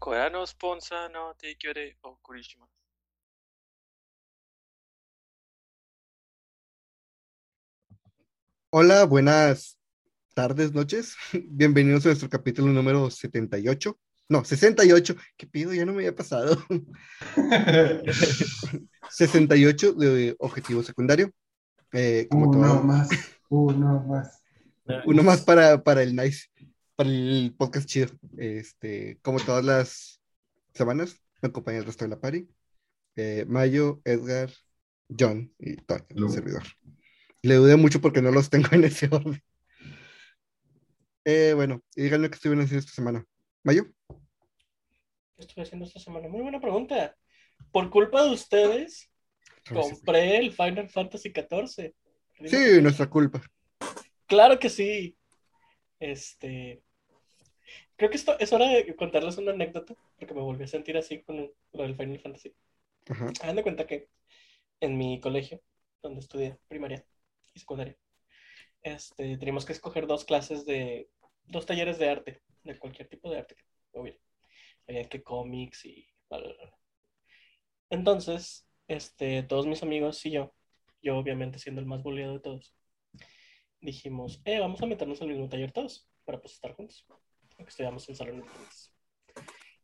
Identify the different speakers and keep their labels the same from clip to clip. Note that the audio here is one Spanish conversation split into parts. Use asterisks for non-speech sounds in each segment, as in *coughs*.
Speaker 1: Coreanos Ponza no te quiere o eh, Kurishima.
Speaker 2: Hola, buenas tardes, noches. *laughs* Bienvenidos a nuestro capítulo número 78. No, 68. ¿Qué pido? Ya no me había pasado. *laughs* 68 de objetivo secundario. Eh, como
Speaker 3: Uno
Speaker 2: todo-
Speaker 3: más, uno más.
Speaker 2: uno más para, para el nice, para el podcast chido. Este, como todas las semanas, me acompaña el resto de la party. Eh, Mayo, Edgar, John y Toño, el
Speaker 3: Lu.
Speaker 2: servidor. Le dudé mucho porque no los tengo en ese orden. Eh, bueno, y díganme qué estuvieron haciendo esta semana. Mayo,
Speaker 4: ¿Qué estuve haciendo esta semana? Muy buena pregunta. Por culpa de ustedes, compré el Final Fantasy XIV.
Speaker 2: sí, nuestra culpa.
Speaker 4: Claro que sí. Este. Creo que esto es hora de contarles una anécdota, porque me volví a sentir así con lo del Final Fantasy.
Speaker 2: Ajá.
Speaker 4: Hagan de cuenta que en mi colegio, donde estudié primaria y secundaria, este, teníamos que escoger dos clases de, dos talleres de arte, de cualquier tipo de arte que hubiera. Había que cómics y... bla, bla, bla. Entonces, este, todos mis amigos y yo, yo obviamente siendo el más boleado de todos, dijimos, eh, vamos a meternos al mismo taller todos, para pues estar juntos, porque estudiamos en salones diferentes.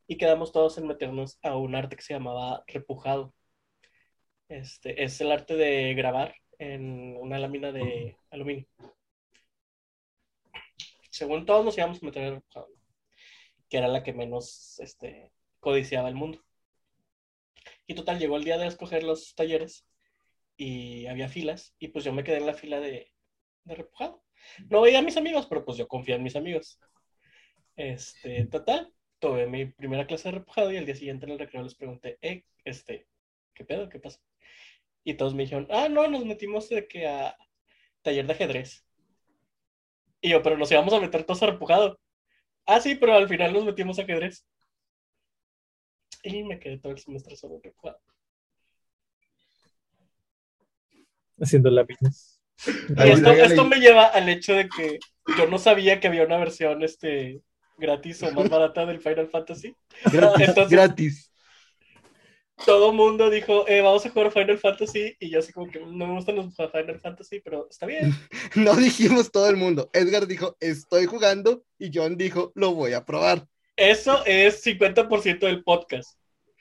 Speaker 4: Y quedamos todos en meternos a un arte que se llamaba repujado. Este, es el arte de grabar en una lámina de aluminio. Según todos nos íbamos a meter en repujado, que era la que menos este, codiciaba el mundo. Y total, llegó el día de escoger los talleres y había filas, y pues yo me quedé en la fila de, de repujado. No veía a mis amigos, pero pues yo confía en mis amigos. Este, total, tuve mi primera clase de repujado y al día siguiente en el recreo les pregunté, eh, este, ¿qué pedo? ¿Qué pasó? Y todos me dijeron, ah, no, nos metimos de que a taller de ajedrez. Y yo, pero nos íbamos a meter todos a repujado. Ah, sí, pero al final nos metimos a ajedrez. Y me quedé todo el semestre solo en repujado.
Speaker 5: haciendo láminas.
Speaker 4: Y
Speaker 3: Ay,
Speaker 4: esto,
Speaker 3: hágale.
Speaker 4: esto me lleva al hecho de que yo no sabía que había una versión este, gratis o más barata del Final Fantasy.
Speaker 2: Gratis,
Speaker 4: Entonces-
Speaker 2: gratis.
Speaker 4: Todo mundo dijo, eh, vamos a jugar Final Fantasy. Y yo así como que no me gustan los Final Fantasy, pero está bien.
Speaker 2: No dijimos todo el mundo. Edgar dijo, estoy jugando, y John dijo, lo voy a probar.
Speaker 4: Eso es 50% del podcast.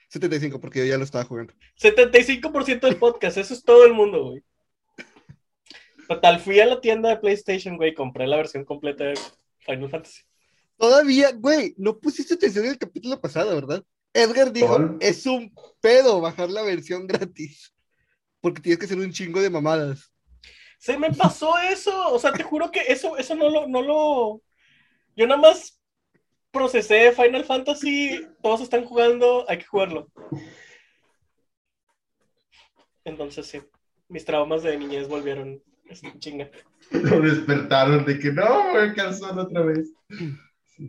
Speaker 2: 75, porque yo ya lo estaba jugando.
Speaker 4: 75% del podcast, eso es todo el mundo, güey. Total, fui a la tienda de PlayStation, güey, compré la versión completa de Final Fantasy.
Speaker 2: Todavía, güey, no pusiste atención en el capítulo pasado, ¿verdad? Edgar dijo,
Speaker 3: ¿Cuál?
Speaker 2: es un pedo bajar la versión gratis. Porque tienes que hacer un chingo de mamadas.
Speaker 4: Se me pasó eso. O sea, te juro que eso, eso no lo, no lo. Yo nada más procesé Final Fantasy, todos están jugando, hay que jugarlo. Entonces sí, mis traumas de niñez volvieron este, chinga.
Speaker 3: *laughs* Lo despertaron de que no, me cansó otra vez.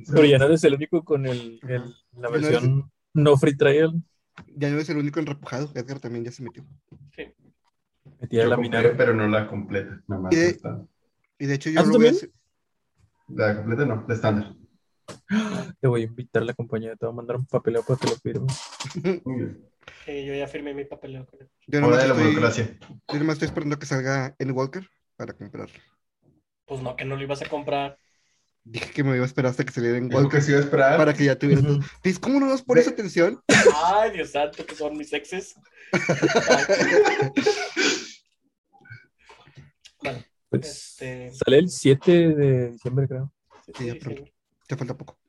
Speaker 5: Pero ya no eres el único con el, el- la
Speaker 2: Yo no
Speaker 5: versión no free trial.
Speaker 2: Ya no es el único enrapujado. Edgar también ya se metió.
Speaker 5: Metía
Speaker 3: Yo
Speaker 5: a
Speaker 3: compré,
Speaker 5: laminar.
Speaker 3: pero no la completa, nada más
Speaker 2: ¿Qué?
Speaker 3: la estándar.
Speaker 2: Y de hecho yo
Speaker 5: ¿Ah, tú
Speaker 2: lo voy a
Speaker 5: también?
Speaker 2: hacer-
Speaker 3: La completa no, la estándar.
Speaker 5: Te voy a invitar a la compañía, te voy a mandar un papeleo para que lo firmes.
Speaker 3: Muy bien.
Speaker 4: Eh, yo ya firmé mi papeleo con él.
Speaker 2: Yo
Speaker 3: Hora
Speaker 2: nomás
Speaker 3: de la
Speaker 2: estoy,
Speaker 3: burocracia.
Speaker 2: yo nomás estoy esperando que salga el Walker para comprarlo.
Speaker 4: Pues no, que no lo ibas a comprar.
Speaker 2: Dije que me iba a esperar hasta que saliera en
Speaker 3: Algo
Speaker 2: Walker
Speaker 3: que se iba a esperar.
Speaker 2: para que ya
Speaker 3: *laughs*
Speaker 2: tuviera todo. ¿Ves cómo no nos pones
Speaker 3: Ve-
Speaker 2: atención?
Speaker 4: Ay, Dios santo, que son mis exes. Vale,
Speaker 5: Pues,
Speaker 4: Este-
Speaker 5: Sale el 7 de diciembre, creo.
Speaker 4: sí,
Speaker 2: Sí, ya
Speaker 4: sí,
Speaker 2: pronto.
Speaker 4: sí.
Speaker 2: Te falta poco.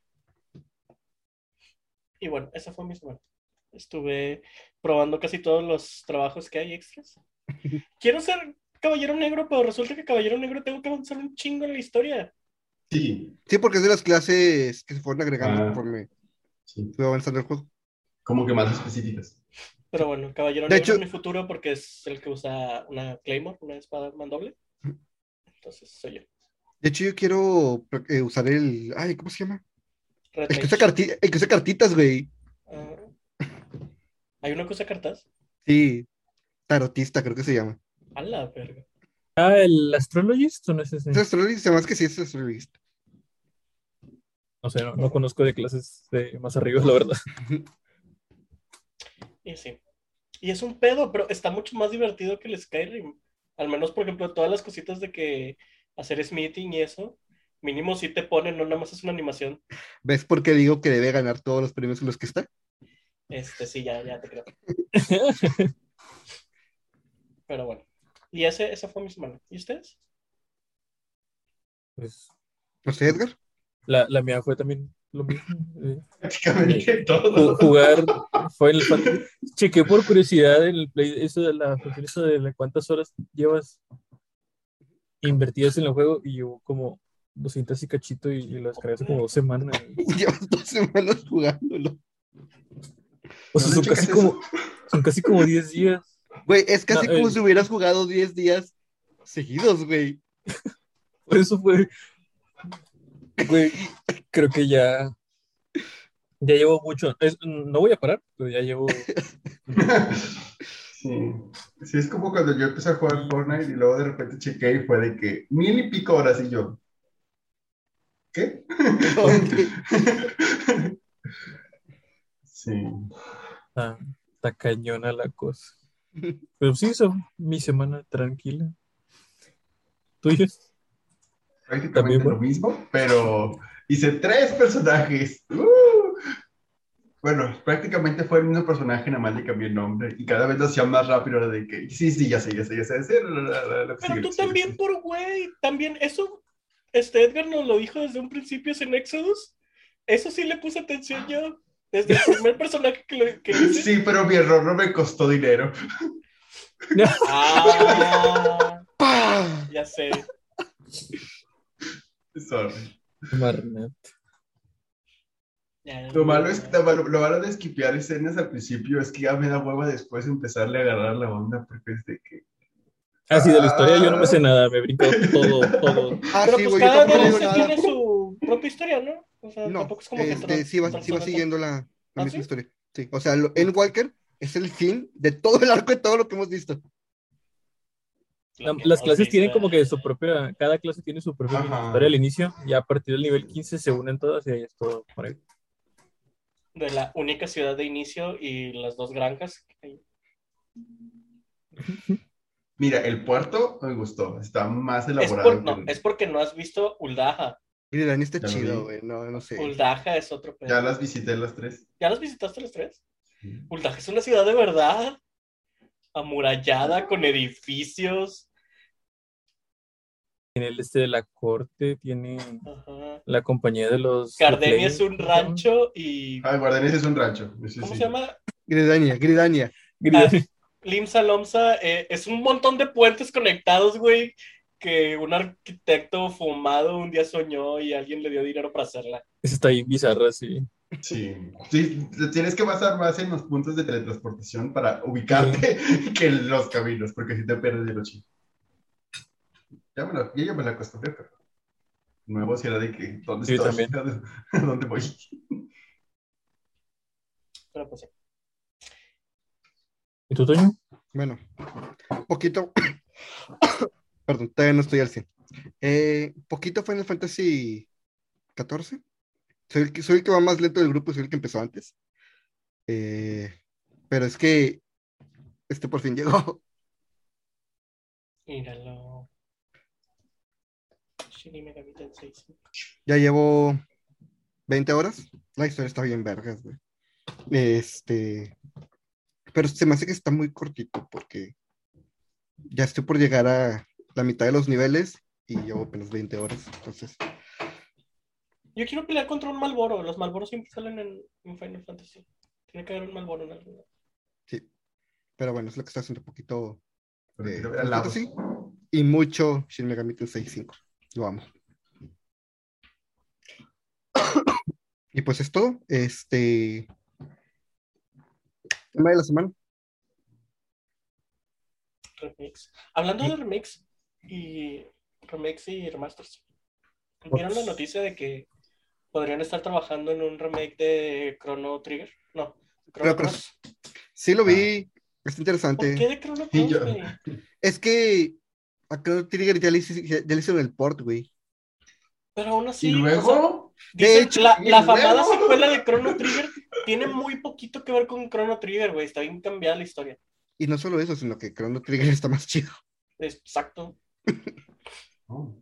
Speaker 4: Y bueno, esa fue mi semana. Estuve probando casi todos los trabajos que hay
Speaker 2: *laughs*
Speaker 4: extras. Quiero ser Caballero Negro, pero resulta que Caballero Negro tengo que avanzar un chingo en la historia.
Speaker 3: Sí,
Speaker 2: Sí, porque es de las clases que se fueron agregando
Speaker 3: Ah.
Speaker 2: conforme
Speaker 3: sí.
Speaker 2: fue avanzando el juego.
Speaker 3: Como que más específicas.
Speaker 4: Pero bueno, Caballero
Speaker 2: De
Speaker 4: Negro
Speaker 2: hecho-
Speaker 4: es mi futuro porque es el que usa una Claymore, una espada mandoble. Entonces soy yo.
Speaker 2: De hecho, yo quiero eh, usar el. Ay, ¿cómo se llama?
Speaker 4: Red
Speaker 2: El que
Speaker 4: Mage.
Speaker 2: usa, carti- el que usa cartitas, güey.
Speaker 4: Ah. ¿Hay uno que usa cartas?
Speaker 2: Sí. Tarotista, creo que se llama.
Speaker 4: A la verga.
Speaker 5: Ah, el Astrologist o no es ese.
Speaker 2: Es astrologista, más que sí es astrologista.
Speaker 5: No sé, no, no conozco de clases de más arriba, la verdad.
Speaker 4: Y sí. Y es un pedo, pero está mucho más divertido que el Skyrim. Al menos, por ejemplo, todas las cositas de que hacer smithing y eso, mínimo si te ponen, no nada más es una animación.
Speaker 2: ¿Ves por qué digo que debe ganar todos los premios en los que está?
Speaker 4: Este, sí, ya, ya te creo. Pero bueno. Y ese, esa fue mi semana. ¿Y ustedes?
Speaker 5: Pues,
Speaker 2: No sé, Edgar. *laughs*
Speaker 5: la, la mía fue también lo mismo. eh.
Speaker 3: *laughs* Prácticamente
Speaker 5: Ju-
Speaker 3: todo.
Speaker 5: jugar fue el chequé por curiosidad el play eso de la función esa de la- cuántas horas llevas invertidas en el juego y llevo como 200 y cachito y, y lo descargué hace como dos semanas
Speaker 2: Llevas dos semanas jugándolo.
Speaker 5: o sea
Speaker 3: ¿Dónde
Speaker 5: son
Speaker 3: checas
Speaker 5: casi
Speaker 3: eso?
Speaker 5: como son casi como 10 días
Speaker 2: Güey, es casi
Speaker 5: No,
Speaker 2: como
Speaker 4: eh.
Speaker 5: el-
Speaker 2: si hubieras jugado 10 días seguidos, güey.
Speaker 5: por eso fue güey, creo que ya ya llevo mucho Es- no voy a parar pero ya llevo
Speaker 3: *laughs* Sí. Sí, es como cuando yo empecé a jugar Fortnite y luego de repente chequé y fue de que mil y pico horas y yo. ¿Qué? sí.
Speaker 5: Está, está cañona la cosa. Pero sí, eso, mi semana tranquila. ¿Tuya?
Speaker 3: Prácticamente
Speaker 5: También,
Speaker 3: lo mismo, pero hice tres personajes. ¡Uh! Bueno, prácticamente fue el mismo personaje, nada más le cambié el nombre y cada vez lo hacía más rápido era de que sí, sí, ya sé, ya sé, ya sé. ya sé, la, la, la, la,
Speaker 4: Pero
Speaker 3: sigue,
Speaker 4: tú
Speaker 3: sigue,
Speaker 4: también,
Speaker 3: sigue".
Speaker 4: por güey, también eso, este Edgar nos lo dijo desde un principio es en Exodus. Eso sí le puse atención yo. Desde el primer personaje que, lo, que hice.
Speaker 3: Sí, pero mi error no me costó dinero.
Speaker 4: Ah,
Speaker 2: ¡Pah!
Speaker 4: ya sé.
Speaker 3: Sorry.
Speaker 5: Marnet.
Speaker 4: Ya,
Speaker 3: Lo malo es que lo malo- lo malo de esquipear escenas al principio es que ya me da hueva después empezarle a agarrar la onda porque es de que.
Speaker 5: Ah, sí, de la historia yo no me sé nada, me brinco todo, todo.
Speaker 2: Ah,
Speaker 4: Pero
Speaker 2: sí,
Speaker 4: pues
Speaker 2: güey, yo
Speaker 4: cada
Speaker 2: tampoco le digo
Speaker 4: DLC
Speaker 2: nada.
Speaker 4: tiene su propia historia, ¿no? O sea,
Speaker 2: No,
Speaker 4: tampoco es como que
Speaker 2: este,
Speaker 4: tra-
Speaker 2: sí, va,
Speaker 4: tra-
Speaker 2: sí va
Speaker 4: tra-
Speaker 2: siguiendo la, la
Speaker 4: ¿Ah,
Speaker 2: misma
Speaker 4: sí?
Speaker 2: historia. Sí, o sea, lo- el Walker es el fin de todo el arco de todo lo que hemos visto.
Speaker 5: La-
Speaker 4: Lo que
Speaker 5: las
Speaker 4: no
Speaker 5: clases
Speaker 4: viste.
Speaker 5: tienen como que su propia, cada clase tiene su propia
Speaker 3: Ajá.
Speaker 5: historia al inicio, y a partir del nivel 15 se unen todas y ahí es todo por ahí.
Speaker 4: De la única ciudad de inicio y las dos granjas.
Speaker 3: Mira, el puerto me gustó, está más
Speaker 4: Es,
Speaker 3: elaborado.
Speaker 4: por- no,
Speaker 3: que-
Speaker 4: es porque no has visto Uldaja.
Speaker 2: Mira, Dani está
Speaker 3: Ya lo vi.
Speaker 2: chido, güey. No, no sé.
Speaker 4: Uldaja es otro pedo.
Speaker 3: Ya las visité las tres.
Speaker 4: ¿Ya las visitaste las tres? Uldaja es una ciudad de verdad. Amurallada, con edificios.
Speaker 5: Tiene el este de la corte, tiene
Speaker 4: Ajá.
Speaker 5: la compañía de los... Leflane,
Speaker 4: Gardenia es
Speaker 5: ¿cómo
Speaker 4: un
Speaker 5: se llama?
Speaker 4: rancho y.
Speaker 3: Ah, Guardianes es un rancho. ese
Speaker 4: ¿Cómo
Speaker 3: sí.
Speaker 4: se llama?
Speaker 2: Gridania, Gridania.
Speaker 5: *laughs* Gardenia.
Speaker 4: Ah, Limsa Lomsa. eh, es un montón de puentes conectados, güey. Que un arquitecto fumado un día soñó y alguien le dio dinero para hacerla.
Speaker 5: Esa está bien bizarra, sí.
Speaker 3: Sí. sí, te tienes que basar más en los puntos de teletransportación para ubicarte *laughs* que en los caminos, porque si te pierdes de lo chido. Ya me la, ya me la acostumbré, pero nuevo si era de que, ¿dónde
Speaker 5: Sí,
Speaker 3: estoy?
Speaker 5: también.
Speaker 3: ¿A dónde *laughs* voy?
Speaker 4: Pero pues sí.
Speaker 5: ¿Y tú, Toño?
Speaker 2: Bueno, poquito. *coughs* Perdón, todavía no estoy al 100. Eh, poquito Final Fantasy 14. Soy el, que, soy el que va más lento del grupo, soy el que empezó antes. Eh, pero es que este por fin *laughs* llegó.
Speaker 4: Míralo. Shin Megami Tensei cinco.
Speaker 2: Ya llevo 20 horas. La historia está bien vergas, güey. Este. Pero se me hace que está muy cortito porque ya estoy por llegar a la mitad de los niveles y llevo apenas 20 horas. Entonces,
Speaker 4: Yo quiero pelear contra un Malboro. Los Malboros siempre salen en, en Final Fantasy. Tiene que haber un Malboro en algún lado.
Speaker 2: sí. Pero bueno, es lo que está haciendo un poquito
Speaker 3: Pero
Speaker 2: Eh,
Speaker 3: quiero ver al lado.
Speaker 2: ¿sí? y mucho Shin Megami Tensei 5. Lo
Speaker 4: *coughs*
Speaker 2: amo. y pues es todo. Este. Tema de la semana.
Speaker 4: Remix. Hablando de remix y remix y remasters. ¿Vieron la
Speaker 5: Ups.
Speaker 4: noticia de que podrían estar trabajando en un remake de Chrono Trigger? No, Chrono
Speaker 2: Pero, pero-
Speaker 4: Cross.
Speaker 2: Sí, lo vi. Está interesante.
Speaker 4: Ah. ¿Por qué de Chrono
Speaker 3: Sí,
Speaker 4: Cross?
Speaker 3: yo-
Speaker 4: güey?
Speaker 2: Es que a Chrono Trigger ya le, hice- ya, ya le hicieron el port, güey.
Speaker 4: Pero aún así.
Speaker 3: Y
Speaker 4: o sea,
Speaker 3: luego,
Speaker 4: Dice,
Speaker 2: hecho,
Speaker 4: la,
Speaker 3: mi
Speaker 4: la famada
Speaker 3: huevo.
Speaker 4: secuela de Chrono Trigger tiene muy poquito que ver con Chrono Trigger, güey. Está bien cambiada la historia.
Speaker 2: Y no solo eso, sino que Chrono Trigger está más chido.
Speaker 4: Exacto.
Speaker 3: Oh.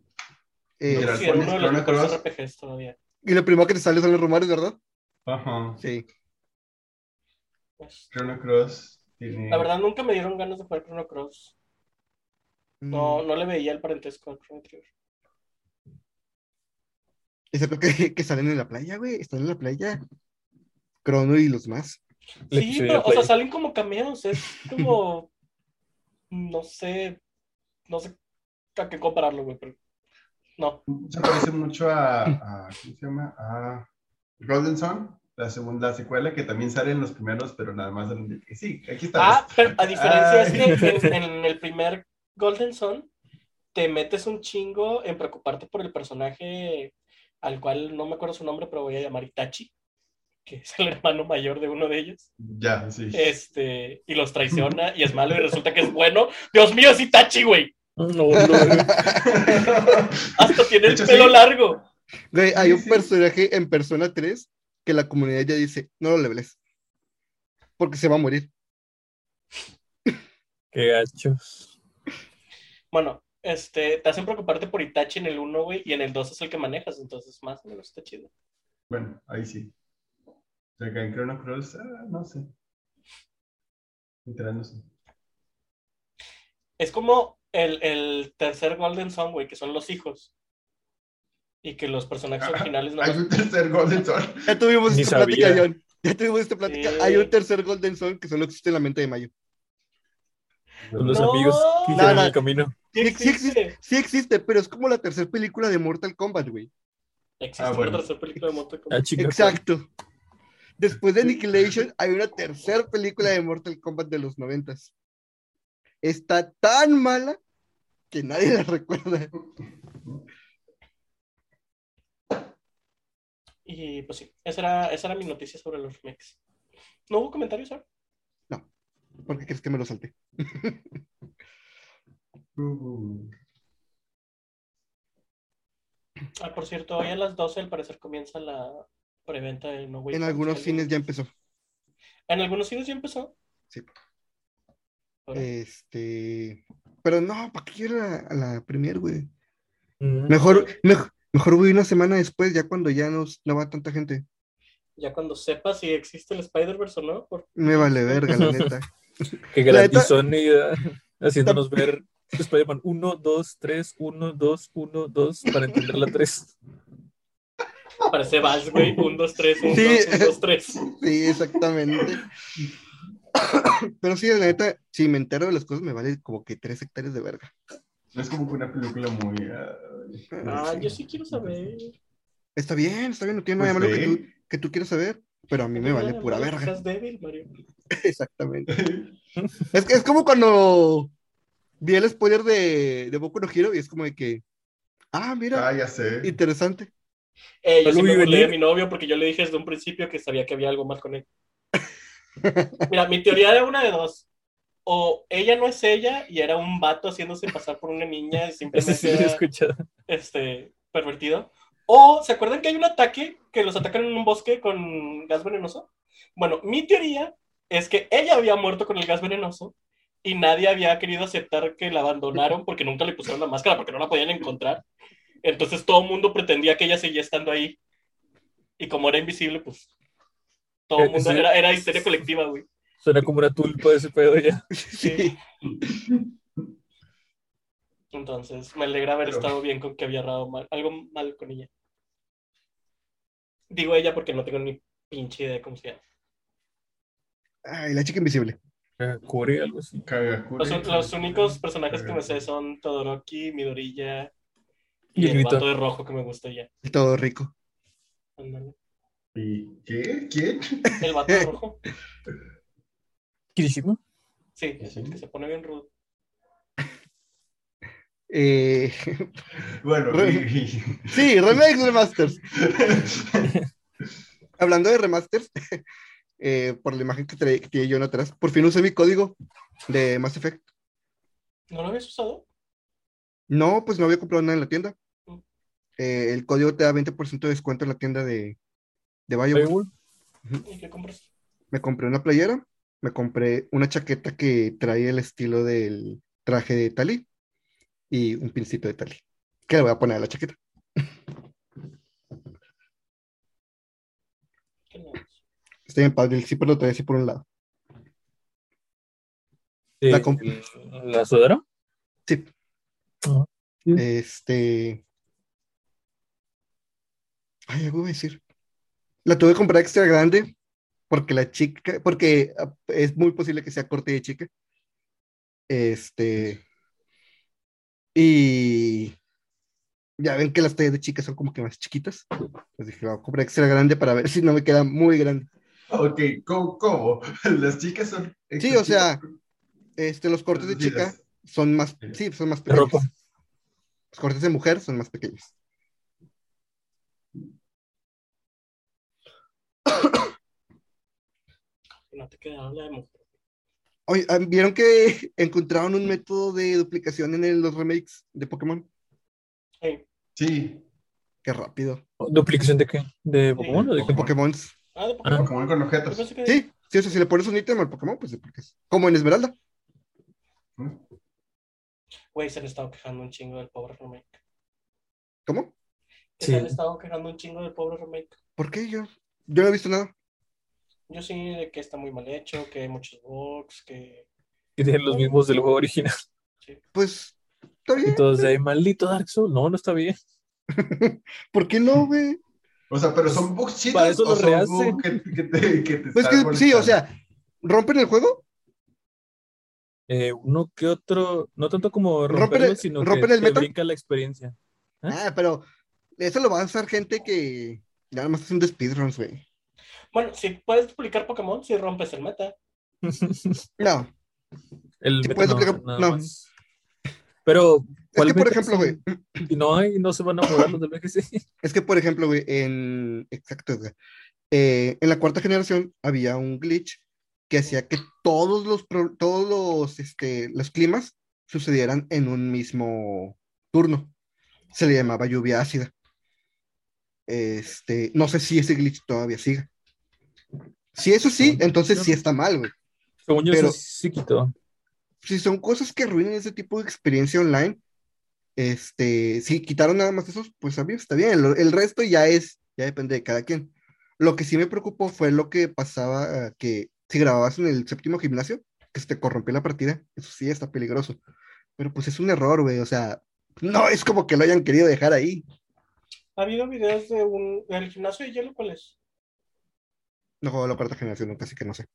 Speaker 2: Eh,
Speaker 3: Mira, Pero
Speaker 4: Sí,
Speaker 3: el
Speaker 4: era uno de los
Speaker 3: Chrono
Speaker 4: mejores
Speaker 3: Cross-
Speaker 4: RPGs todavía.
Speaker 2: y lo primero que te sale son los rumores, ¿verdad?
Speaker 3: Ajá.
Speaker 2: Sí.
Speaker 4: Pues,
Speaker 3: Chrono Cross tiene.
Speaker 4: La verdad, nunca me dieron ganas de jugar Chrono Cross. No,
Speaker 2: Mm.
Speaker 4: no le veía el parentesco a Chrono Trigger.
Speaker 2: Excepto que, que salen en la playa, güey. Están en la playa. Crono y los más.
Speaker 5: Le
Speaker 4: Sí,
Speaker 5: puse
Speaker 4: pero, o
Speaker 5: play.
Speaker 4: sea, salen como cameos. Es como. *laughs* no sé. No sé a qué compararlo, güey, pero. No.
Speaker 3: Se parece mucho a, a- ¿Cómo se llama? A Golden Sun, la segunda secuela, que también sale en los primeros, pero nada más. en el- Sí, aquí está.
Speaker 4: Ah, pero a diferencia
Speaker 3: Ay.
Speaker 4: es que en, en el primer Golden Sun te metes un chingo en preocuparte por el personaje al cual no me acuerdo su nombre, pero voy a llamar Itachi, que es el hermano mayor de uno de ellos.
Speaker 3: Ya, sí.
Speaker 4: Este, y los traiciona y es malo y resulta que es bueno. Dios mío, es Itachi, güey.
Speaker 5: No, no,
Speaker 4: Hasta tiene
Speaker 3: De
Speaker 4: el
Speaker 3: hecho,
Speaker 4: pelo
Speaker 3: sí.
Speaker 4: largo.
Speaker 2: Güey, hay
Speaker 3: Sí,
Speaker 2: un
Speaker 3: sí.
Speaker 2: personaje en Persona 3 que la comunidad ya dice, no lo leveles. Porque se va a morir.
Speaker 5: qué gachos.
Speaker 4: Bueno, este, te hacen preocuparte por Itachi en el 1, güey, y en el 2 es el que manejas, entonces más o menos está chido.
Speaker 3: *laughs* Bueno, ahí sí. O sea, que en Chrono Cross, ah, no sé. Literal, no sé.
Speaker 4: Es como el, el tercer Golden Song, güey, que son los hijos. Y que los personajes
Speaker 3: Ah,
Speaker 4: originales no
Speaker 3: Hay
Speaker 4: los-
Speaker 3: un tercer Golden Sun.
Speaker 2: Ya tuvimos
Speaker 5: Ni
Speaker 2: esta
Speaker 5: sabía.
Speaker 2: plática, John. Ya tuvimos esta plática.
Speaker 4: Sí.
Speaker 2: Hay un tercer Golden Sun que solo existe en la mente de Mayo.
Speaker 5: Con Pues los
Speaker 4: No.
Speaker 5: amigos que hicieron
Speaker 2: No, no.
Speaker 5: el camino.
Speaker 4: Sí
Speaker 2: Sí
Speaker 4: existe.
Speaker 2: existe, sí existe, pero es como la tercera película de Mortal Kombat, güey.
Speaker 4: Existe
Speaker 3: Ah,
Speaker 4: una
Speaker 3: bueno.
Speaker 4: tercera película de Mortal Kombat.
Speaker 5: Ah, chinga.
Speaker 2: Exacto. Después de Annihilation hay una tercera película de Mortal Kombat de los noventas. Está tan mala que nadie la *laughs* recuerda.
Speaker 4: Y pues sí, esa era, esa era mi noticia sobre los remakes. ¿No hubo comentarios, ¿eh? Sar?
Speaker 2: ¿Por qué crees que me lo salté?
Speaker 3: Uh,
Speaker 4: Ah, por cierto, hoy a las 12 al parecer comienza la preventa de No Way
Speaker 2: En
Speaker 4: Home,
Speaker 2: algunos
Speaker 4: si
Speaker 2: cines
Speaker 4: alguien-
Speaker 2: ya empezó.
Speaker 4: ¿En algunos cines ya empezó?
Speaker 2: Sí.
Speaker 4: Ahora,
Speaker 2: Este. Pero no, ¿para qué ir a la, a la premier, güey?
Speaker 5: Mm.
Speaker 2: Mejor, mej- mejor voy una semana después, ya cuando ya no, no va tanta gente.
Speaker 4: Ya cuando sepas si existe el Spider-Verse o no, por...
Speaker 2: Me vale verga, la neta.
Speaker 5: Mm, Que
Speaker 2: La neta-
Speaker 5: gratis
Speaker 2: *laughs*
Speaker 5: haciéndonos ver Spider-Man 1, 2, 3, 1, 2, 1, 2, para entender la *laughs* 3.
Speaker 4: parece Vals,
Speaker 2: *laughs*
Speaker 4: güey. 1, 2, 3, 1,
Speaker 2: Sí.
Speaker 4: 2, 1,
Speaker 2: *laughs*
Speaker 4: 2, 3.
Speaker 2: Sí, exactamente. *coughs* Pero sí, la neta, si me entero de las cosas, me vale como que tres hectáreas de verga.
Speaker 3: No es como que una película muy. ah,
Speaker 4: Ah, yo sí quiero saber.
Speaker 2: Está bien, está bien, no tiene nada de
Speaker 3: Pues
Speaker 2: malo que
Speaker 3: ve.
Speaker 2: tú, que tú quieras saber, pero a mí me vale pura verga.
Speaker 4: Estás débil, Mario.
Speaker 2: *laughs* Exactamente. Es, que- es como cuando vi el spoiler de, de Boku no Hero y es como de que, ah, mira,
Speaker 3: Ah, ya sé.
Speaker 2: interesante.
Speaker 4: Eh, yo
Speaker 5: No lo
Speaker 4: sí me
Speaker 5: vi
Speaker 4: burlé de
Speaker 5: venir.
Speaker 4: mi novio porque yo le dije desde un principio que sabía que había algo
Speaker 2: *laughs*
Speaker 4: mal con él. Mira, mi teoría era una de dos. O ella no es ella y era un vato haciéndose pasar por una niña y
Speaker 5: Este
Speaker 4: simplemente
Speaker 5: sí lo he
Speaker 4: era,
Speaker 5: escuchado.
Speaker 4: este, pervertido. O, ¿se acuerdan que hay un ataque que los atacan en un bosque con gas venenoso? Bueno, mi teoría es que ella había muerto con el gas venenoso y nadie había querido aceptar que la abandonaron porque nunca le pusieron la máscara, porque no la podían encontrar. Entonces todo el mundo pretendía que ella seguía estando ahí. Y como era invisible, pues todo el
Speaker 5: Eh,
Speaker 4: mundo
Speaker 5: sí.
Speaker 4: era, era histeria colectiva, güey.
Speaker 5: Suena como una tulpa ese pedo ya.
Speaker 2: Sí.
Speaker 4: Entonces, me alegra haber
Speaker 3: Pero-
Speaker 4: estado bien con que había errado mal, algo mal con ella. Digo ella porque no tengo ni pinche idea de cómo se llama.
Speaker 2: Ay, la chica invisible.
Speaker 5: Core, Eh, algo así.
Speaker 3: Kagakure.
Speaker 4: Los, los
Speaker 5: eh,
Speaker 4: únicos personajes que me sé son Todoroki, Midorilla
Speaker 5: Y
Speaker 4: y
Speaker 5: el
Speaker 4: el
Speaker 5: grito.
Speaker 4: vato de rojo que me gusta ya.
Speaker 2: Y todo rico.
Speaker 4: Ándale.
Speaker 3: ¿Y ¿Qué? ¿Quién?
Speaker 4: El vato de rojo.
Speaker 5: Kirishima. *laughs*
Speaker 4: Sí, es el que se pone bien rudo.
Speaker 2: Eh, *laughs*
Speaker 3: Bueno,
Speaker 2: Re-
Speaker 3: y-
Speaker 2: sí, remakes, remasters. Hablando de remasters, *laughs* eh, por la imagen que, trae- que tiene John atrás, por fin usé mi código de Mass Effect.
Speaker 4: ¿No lo habías usado?
Speaker 2: No, pues no había comprado nada en la tienda. eh, el código te da 20% de descuento en la tienda de, de Bioware.
Speaker 5: Firewall,
Speaker 4: ¿Y qué compras?
Speaker 2: Me compré una playera, me compré una chaqueta que trae el estilo del traje de Talí y un pincito de Talí. Que le voy a poner a la chaqueta.
Speaker 4: ¿Qué le das?
Speaker 2: Estoy en padre, el zipper lo trae así por un lado.
Speaker 5: eh,
Speaker 2: La comp-
Speaker 5: el- ¿La sudadera?
Speaker 2: Sí.
Speaker 5: Ajá. Sí.
Speaker 2: Este. Ay, algo iba a decir. La tuve que comprar extra grande porque la chica, porque ah, es muy posible que sea corte de chica. Este. Y ya ven que las tallas de chicas son como que más chiquitas. Pues dije, voy a comprar extra grande para ver *laughs* si no me queda muy grande.
Speaker 3: *laughs* Ok, ¿cómo? cómo? Las chicas son.
Speaker 2: Sí, o sea, este, los cortes de chica son más, sí, son más
Speaker 5: De ropa.
Speaker 2: pequeños. Los cortes de mujer son más pequeños.
Speaker 4: No te queda nada de mujer.
Speaker 2: Oye, ah, ¿vieron que *laughs* encontraron un método de duplicación en el- los remakes de Pokémon?
Speaker 4: Hey,
Speaker 3: Sí,
Speaker 2: Qué rápido.
Speaker 5: ¿Duplicación de qué? ¿De Pokémon o de qué?
Speaker 2: Pokémon.
Speaker 4: Ah, de
Speaker 5: Ah.
Speaker 4: Pokémon.
Speaker 3: Pokémon con
Speaker 4: Yo
Speaker 3: objetos.
Speaker 4: pensé que-
Speaker 2: Sí, sí, o sea, si le pones un ítem al Pokémon, pues duplicas. Como en Esmeralda.
Speaker 4: Güey, se han estado quejando un chingo del pobre remake.
Speaker 2: ¿Cómo?
Speaker 4: Que
Speaker 5: Sí.
Speaker 4: Se han estado quejando un chingo del pobre remake.
Speaker 2: ¿Por qué yo? Yo no he visto nada.
Speaker 4: Yo sí, de que está muy mal hecho, que hay muchos bugs, que.
Speaker 5: Y tienen los mismos del juego original.
Speaker 2: Pues, está bien.
Speaker 5: Entonces, de ahí, maldito Dark Souls. No, no está bien.
Speaker 2: ¿Por qué no, güey?
Speaker 3: O sea, pero son bugs chidos.
Speaker 5: Para eso
Speaker 3: o
Speaker 5: lo
Speaker 3: son
Speaker 5: rehacen.
Speaker 3: bugs Que, que te, que te
Speaker 2: Pues
Speaker 3: están
Speaker 2: que, sí,
Speaker 3: molestando?
Speaker 2: o sea, rompen el juego,
Speaker 5: Eh, uno que otro, no tanto como
Speaker 2: Rompen
Speaker 5: romperlo,
Speaker 2: el-
Speaker 5: sino que
Speaker 2: rompen el
Speaker 5: te
Speaker 2: meta.
Speaker 5: brinca la experiencia. ¿Ah?
Speaker 2: Ah, pero eso lo va a usar gente que nada más haciendo speedruns, güey.
Speaker 4: Bueno, si puedes duplicar Pokémon, si rompes el meta.
Speaker 2: No,
Speaker 5: El
Speaker 2: Sí,
Speaker 5: meta
Speaker 2: puedes
Speaker 5: no,
Speaker 2: aplicar-
Speaker 5: nada
Speaker 2: no.
Speaker 5: más. Pero,
Speaker 2: es
Speaker 5: ¿cuál
Speaker 2: que por
Speaker 5: meta
Speaker 2: ejemplo, güey,
Speaker 5: Y no hay, no se van a mudar los del BGC.
Speaker 2: Es que, por ejemplo, güey, en. Exacto, güey. Eh, en la cuarta generación había un glitch que hacía que todos los, pro- todos los, este, los climas sucedieran en un mismo turno. Se le llamaba lluvia ácida. Este, no sé si ese glitch todavía sigue. Si eso sí, entonces sí está mal, güey.
Speaker 5: *laughs* Según yo,
Speaker 2: Pero-
Speaker 5: eso sí quitó.
Speaker 2: Si son cosas que arruinan ese tipo de experiencia online, este, si quitaron nada más esos, pues a mí está bien. Lo- El resto ya es, ya depende de cada quien. Lo que sí me preocupó fue lo que pasaba, eh, que si grababas en el séptimo gimnasio, que se te corrompió la partida. Eso sí está peligroso. Pero pues es un error, güey. O sea, no es como que lo hayan querido dejar ahí.
Speaker 4: Ha habido videos de un. del gimnasio de hielo, ¿cuál es?
Speaker 2: No juego la cuarta generación nunca, así que no sé.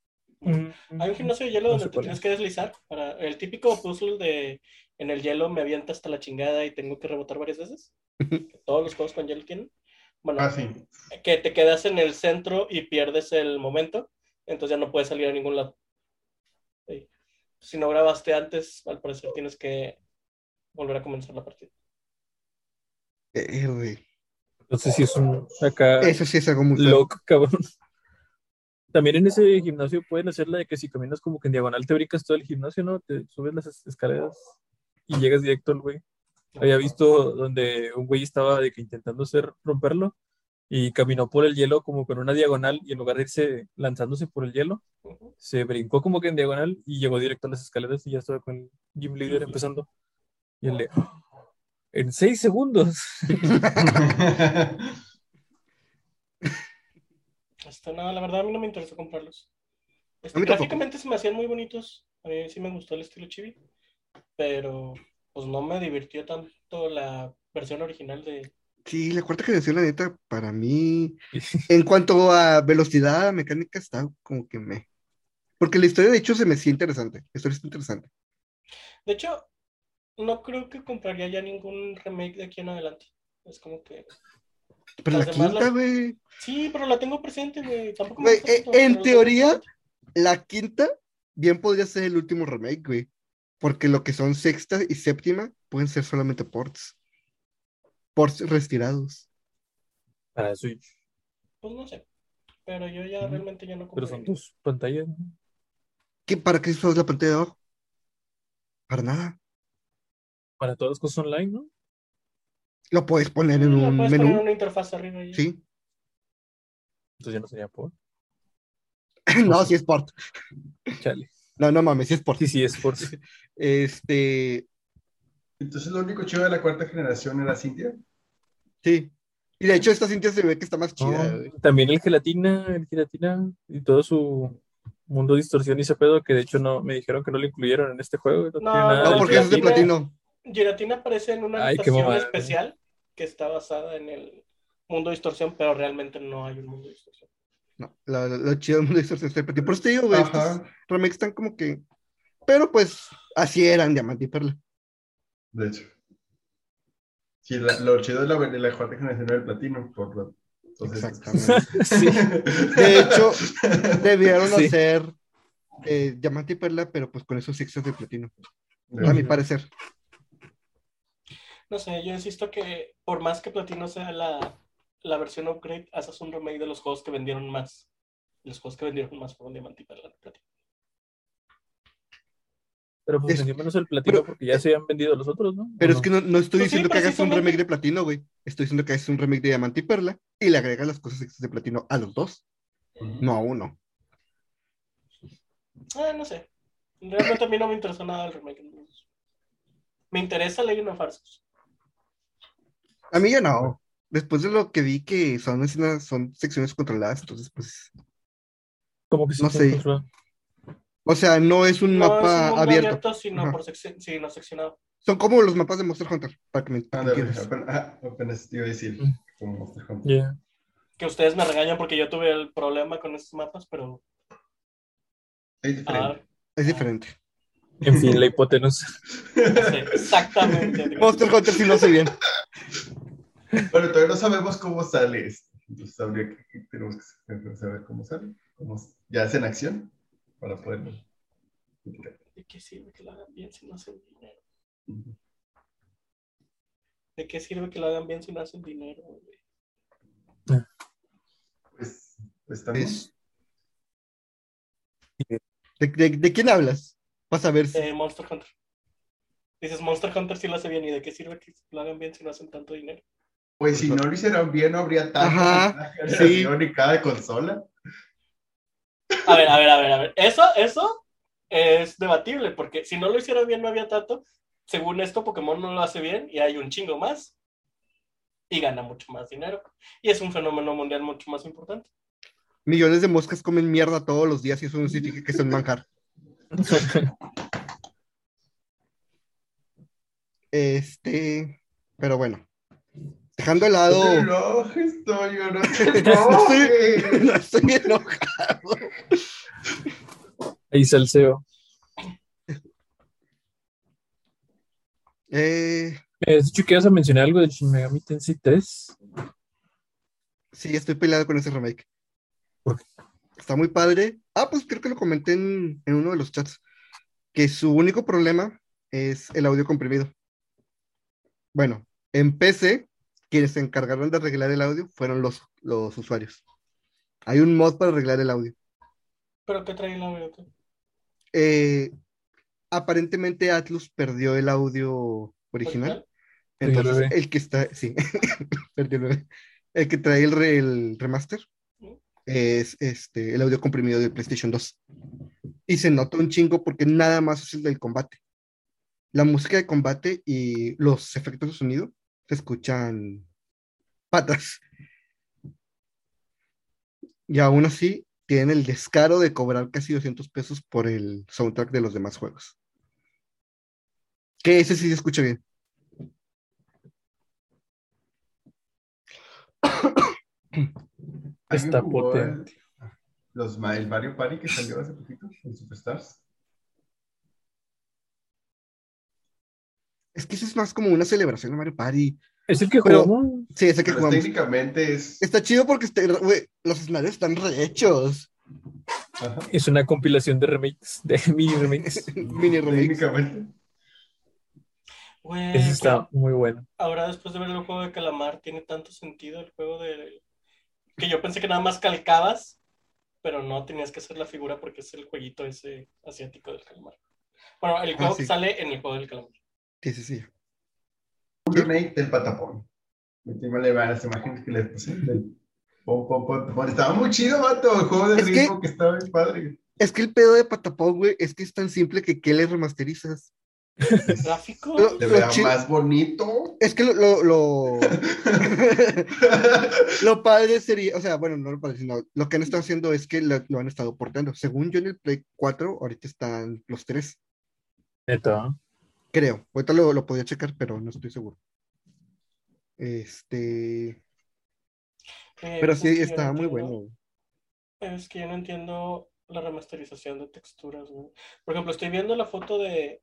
Speaker 4: Mm, Hay un gimnasio de hielo
Speaker 5: Mm, No
Speaker 4: donde
Speaker 5: sé
Speaker 4: te
Speaker 5: cuál
Speaker 4: tienes
Speaker 5: es.
Speaker 4: que deslizar. Para el típico puzzle de en el hielo me avienta hasta la chingada y tengo que rebotar
Speaker 5: *laughs*
Speaker 4: varias veces. que Todos los juegos con hielo tienen. Bueno,
Speaker 3: Ah, sí. *laughs*
Speaker 4: que te quedas en el centro y pierdes el momento, entonces ya no puedes salir a ningún lado. Sí. Si no grabaste antes, al parecer tienes que volver a comenzar la partida.
Speaker 2: Eh, güey,
Speaker 5: Entonces, sí es un acá
Speaker 2: Eso sí es algo muy feo.
Speaker 5: loco, *laughs* cabrón. También en ese gimnasio pueden hacer la de que si caminas como que en diagonal te brincas todo el gimnasio, ¿no? Te subes las es- escaleras y llegas directo al güey. Había visto donde un güey estaba de que intentando hacer romperlo y caminó por el hielo como con una diagonal y en lugar de irse lanzándose por el hielo,
Speaker 4: Ujú.
Speaker 5: se brincó como que en diagonal y llegó directo a las escaleras y ya estaba con el gym leader empezando. Y él de, en seis segundos.
Speaker 4: Este, no, la verdad a mí no me interesó comprarlos. Este,
Speaker 2: A mí tampoco.
Speaker 4: gráficamente se me hacían muy bonitos. A mí sí me gustó el estilo chibi. Pero pues no me divirtió tanto la versión original de...
Speaker 2: Sí, la cuarta generación, la neta, para mí, en cuanto a velocidad, mecánica, está como que me. Porque la historia, de hecho, se me hacía interesante. La historia está interesante.
Speaker 4: De hecho, no creo que compraría ya ningún remake de aquí en adelante. Es como que...
Speaker 2: Pero la
Speaker 4: Las demás
Speaker 2: quinta,
Speaker 4: las-
Speaker 2: güey.
Speaker 4: Sí, pero la tengo presente, güey. Tampoco me
Speaker 2: Güey,
Speaker 4: gusta
Speaker 2: eh,
Speaker 4: tanto, pero
Speaker 2: en
Speaker 4: la
Speaker 2: teoría,
Speaker 4: tengo
Speaker 2: la quinta bien podría ser el último remake, güey. Porque lo que son sexta y séptima pueden ser solamente ports. Ports retirados.
Speaker 5: Para Switch,
Speaker 4: presente. Pues no sé. Pero yo ya
Speaker 5: Ujú.
Speaker 4: realmente ya no
Speaker 5: pero
Speaker 4: compro.
Speaker 5: son dos pantallas. ¿no?
Speaker 2: ¿Qué, ¿Para qué usas la pantalla de abajo? Para nada.
Speaker 5: Para todas las cosas online, ¿no?
Speaker 2: Lo puedes poner en
Speaker 4: Lo
Speaker 2: un
Speaker 4: puedes
Speaker 2: menú.
Speaker 4: poner una interfaz arriba. y ya.
Speaker 2: Sí.
Speaker 5: Entonces ya no sería por.
Speaker 2: *laughs* no, si es port.
Speaker 5: Chale.
Speaker 2: No, no mames, si es port.
Speaker 5: Sí, sí, es
Speaker 2: *laughs*
Speaker 5: por.
Speaker 2: Este,
Speaker 3: Entonces lo único chido de la cuarta generación era Cintia.
Speaker 2: sí. Y de hecho, esta Cintia se ve que está más chida.
Speaker 5: Ah.
Speaker 2: güey.
Speaker 5: También el gelatina, el gelatina y todo su mundo de distorsión y ese pedo que de hecho no me dijeron que no lo incluyeron en este juego. No,
Speaker 4: No,
Speaker 5: tiene nada
Speaker 4: Ah,
Speaker 2: No,
Speaker 5: de
Speaker 2: porque es de
Speaker 5: gelatina.
Speaker 2: platino.
Speaker 4: Giratina aparece en una
Speaker 5: Ay, qué
Speaker 4: estación
Speaker 5: mamada.
Speaker 4: especial que está basada en el mundo de distorsión, pero realmente no hay un mundo de distorsión.
Speaker 2: No, lo, lo- lo chido del mundo distorsionado es el platino. Por eso te digo, güey, estos
Speaker 3: Ajá.
Speaker 2: remakes están como que. Pero pues, así eran Diamante y Perla.
Speaker 3: De hecho. Sí, la- lo chido de la, de la cuarta generación era el platino. Por lo, entonces-
Speaker 2: Exactamente.
Speaker 5: Sí.
Speaker 2: De
Speaker 3: *laughs*
Speaker 2: hecho, debieron
Speaker 5: Sí.
Speaker 2: hacer eh, Diamante y Perla, pero pues con esos extras de platino, a mi
Speaker 3: Ujú.
Speaker 2: parecer.
Speaker 4: No sé, yo insisto que por más que Platino sea la, la versión upgrade, haces un remake de los juegos que vendieron más. Los juegos que vendieron más fueron Diamante y Perla de Platino.
Speaker 5: Pero pues
Speaker 2: Es-
Speaker 5: vendió menos el platino
Speaker 2: pero-
Speaker 5: porque ya se habían vendido los otros, ¿no?
Speaker 2: Pero
Speaker 5: ¿O
Speaker 2: es que no, no estoy
Speaker 4: Pues sí,
Speaker 2: diciendo que hagas un
Speaker 4: precisamente.
Speaker 2: remake de platino, güey. Estoy diciendo que hagas un remake de Diamante y Perla y le agregas las cosas extras de platino a los dos, no a uno.
Speaker 4: Ah, no sé. Realmente a mí no me interesó nada el remake. entonces. Me interesa Legend of Arceus.
Speaker 2: A mí ya no. Después de lo que vi que son escenas, son secciones controladas, entonces pues.
Speaker 5: como que sí
Speaker 2: no
Speaker 5: está
Speaker 2: sé.
Speaker 5: controlado.
Speaker 2: O sea, no es un
Speaker 4: No es un
Speaker 2: mapa
Speaker 4: mundo
Speaker 2: abierto.
Speaker 4: sino,
Speaker 2: Ajá.
Speaker 4: por secci- sino seccionado.
Speaker 2: Son como los mapas de Monster Hunter, para que me para que
Speaker 3: Ándale,
Speaker 2: entiendas.
Speaker 3: apenas, ah, apenas te iba a decir.
Speaker 5: Mm.
Speaker 3: Como Monster Hunter.
Speaker 5: Ya.
Speaker 4: Que ustedes me regañan porque yo tuve el problema con estos mapas, pero...
Speaker 3: Es
Speaker 4: Ah,
Speaker 3: diferente.
Speaker 2: Es diferente.
Speaker 5: En fin,
Speaker 2: *laughs*
Speaker 5: la hipotenusa.
Speaker 4: no sé, exactamente. digo.
Speaker 2: Monster Hunter sí lo hace bien.
Speaker 3: *laughs* Bueno, todavía no sabemos cómo sale esto. Entonces habría que, tenemos que saber cómo sale. Cómo, s- ya hacen acción para poder.
Speaker 4: ¿De qué sirve que lo hagan bien si no hacen dinero? ¿De qué sirve que lo hagan bien si no hacen dinero? güey?
Speaker 3: Pues, pues también.
Speaker 2: Es- ¿De, de- de quién hablas? Vas a ver si.
Speaker 4: De Monster Hunter. Dices, Monster Hunter sí lo hace bien, ¿y de qué sirve que lo hagan bien si no hacen tanto dinero?
Speaker 3: Pues si no lo hicieran bien, no habría
Speaker 2: Ajá,
Speaker 3: tanta
Speaker 2: sí.
Speaker 3: generación ni cada consola.
Speaker 4: A ver, a ver, a ver, a ver. Eso, eso es debatible, porque si no lo hicieron bien no había tanto. Según esto, Pokémon no lo hace bien y hay un chingo más. Y gana mucho más dinero. Y es un fenómeno mundial mucho más importante.
Speaker 2: Millones de moscas comen mierda todos los días y eso no significa que son manjar. *laughs* Este, pero bueno. Dejando de
Speaker 3: No te
Speaker 2: lado. No,
Speaker 3: enojes, Toño, no te enojes.
Speaker 2: estoy enojado.
Speaker 5: Ahí salseo.
Speaker 2: Eh,
Speaker 5: Eh, de hecho, que ibas a mencionar algo del Shin Megami Tensei 3.
Speaker 2: sí, estoy peleado con ese remake.
Speaker 5: ¿Por qué?
Speaker 2: Está muy padre. Ah, pues creo que lo comenté en, en uno de los chats. Que su único problema es el audio comprimido. Bueno, en PC, quienes se encargaron de arreglar el audio fueron los, los usuarios. Hay un mod para arreglar el audio.
Speaker 4: Pero ¿qué trae la biblioteca?
Speaker 2: Eh, aparentemente Atlus perdió el audio original.
Speaker 5: Perdió el
Speaker 2: Entonces,
Speaker 5: bebé.
Speaker 2: el que está, sí, *laughs* perdió el bebé. El que trae el, re- el remaster
Speaker 4: Ujú.
Speaker 2: es este, el audio comprimido del PlayStation 2. Y se nota un chingo porque nada más es el del combate. La música de combate y los efectos de sonido se escuchan patas. Y aún así, tienen el descaro de cobrar casi 200 pesos por el soundtrack de los demás juegos. Que ese sí se escucha bien.
Speaker 3: A mí me
Speaker 5: Está
Speaker 3: jugó
Speaker 5: potente.
Speaker 3: el- eh. Los, ma- el Mario Party que salió hace poquito en Superstars.
Speaker 2: Es que eso es más como una celebración de Mario Party.
Speaker 5: Es el que
Speaker 2: Pero-
Speaker 5: jugamos.
Speaker 2: Sí, ese que
Speaker 3: Pero
Speaker 2: jugamos.
Speaker 3: técnicamente es.
Speaker 2: Está chido porque este- güey, los escenarios están rehechos.
Speaker 3: Ajá,
Speaker 5: Es una compilación de remakes, de *laughs* mini
Speaker 2: *laughs*
Speaker 5: remakes.
Speaker 2: Mini remix.
Speaker 3: técnicamente.
Speaker 4: Güey,
Speaker 5: Eso está muy bueno.
Speaker 4: ahora después de ver el juego de Calamar, tiene tanto sentido el juego de... Que yo pensé que nada más calcabas, pero no tenías que hacer la figura porque es el jueguito ese asiático del Calamar. Bueno, el juego
Speaker 2: Ah, sí.
Speaker 4: que sale en el juego del Calamar.
Speaker 2: Sí, sí, sí.
Speaker 3: Un remake del patapón. Metí mal de las imágenes que les puse. del pom, pom, pom, pom. Estaba muy chido, vato. El juego de
Speaker 2: Es que-
Speaker 3: ritmo que estaba
Speaker 2: *laughs*
Speaker 3: bien padre.
Speaker 2: Es que el pedo de Patapón, güey, es que es tan simple que ¿qué le remasterizas?
Speaker 4: Gráfico.
Speaker 2: Lo-
Speaker 3: De
Speaker 2: lo
Speaker 3: verdad,
Speaker 2: chi- *laughs*
Speaker 3: más bonito.
Speaker 2: Es que lo, lo, lo- lo padre sería, o sea, bueno, no lo padre, sino lo que han estado haciendo es que lo, lo han estado portando. Según yo en el Play 4, ahorita están los tres,
Speaker 5: Neta.
Speaker 2: creo. Ahorita lo, lo podía checar, pero no estoy seguro. Este,
Speaker 4: Eh,
Speaker 2: pero
Speaker 4: pues
Speaker 2: sí,
Speaker 4: es que yo no
Speaker 2: está muy
Speaker 4: entiendo-
Speaker 2: bueno. güey.
Speaker 4: Es que yo no entiendo la remasterización de texturas, güey. Por ejemplo, estoy viendo la foto de.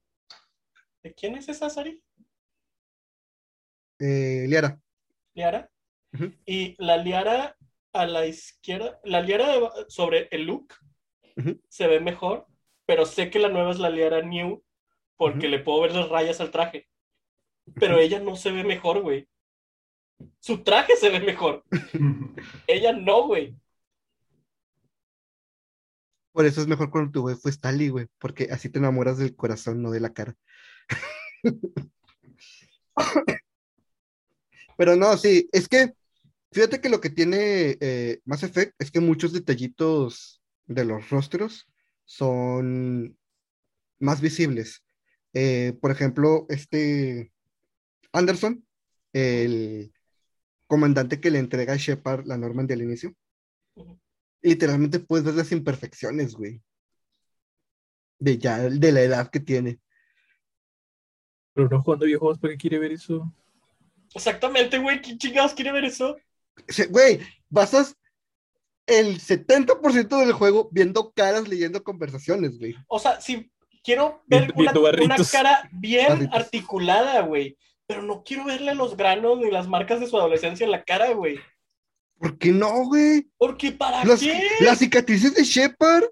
Speaker 4: ¿De quién es esa, Sari?
Speaker 2: Eh, Liara,
Speaker 4: Liara.
Speaker 2: Ujú.
Speaker 4: Y la Liara a la izquierda, la Liara de ba- sobre el look
Speaker 2: Ujú.
Speaker 4: se ve mejor, pero sé que la nueva es la Liara New porque le puedo ver las rayas al traje. Pero ella no se ve mejor, güey. Su traje se ve mejor. Ella no, güey.
Speaker 2: por eso es mejor cuando tu güey fue Stanley, güey, porque así te enamoras del corazón, no de la cara. *laughs* Pero no, sí, es que fíjate que lo que tiene eh, Mass Effect es que muchos detallitos de los rostros son más visibles. Eh, por ejemplo, este Anderson, el comandante que le entrega a Shepard la Normandy al inicio,
Speaker 4: Ujú.
Speaker 2: literalmente puedes ver las imperfecciones, güey. De ya, de la edad que tiene.
Speaker 5: Pero no jugando videojuegos, ¿para qué quiere ver eso?
Speaker 4: Exactamente, güey. ¿Quién chingados quiere ver eso?
Speaker 2: Se- Güey, basas el 70% del juego viendo caras, leyendo conversaciones, güey.
Speaker 4: O sea, si quiero ver
Speaker 5: Viendo-
Speaker 4: una,
Speaker 5: viendo
Speaker 4: una
Speaker 5: barritos.
Speaker 4: cara bien
Speaker 2: Barritos.
Speaker 4: articulada, güey. Pero no quiero verle los granos ni las marcas de su adolescencia en la cara, güey.
Speaker 2: ¿Por qué no, güey?
Speaker 4: Porque para
Speaker 2: Las,
Speaker 4: qué?
Speaker 2: las cicatrices de Shepard.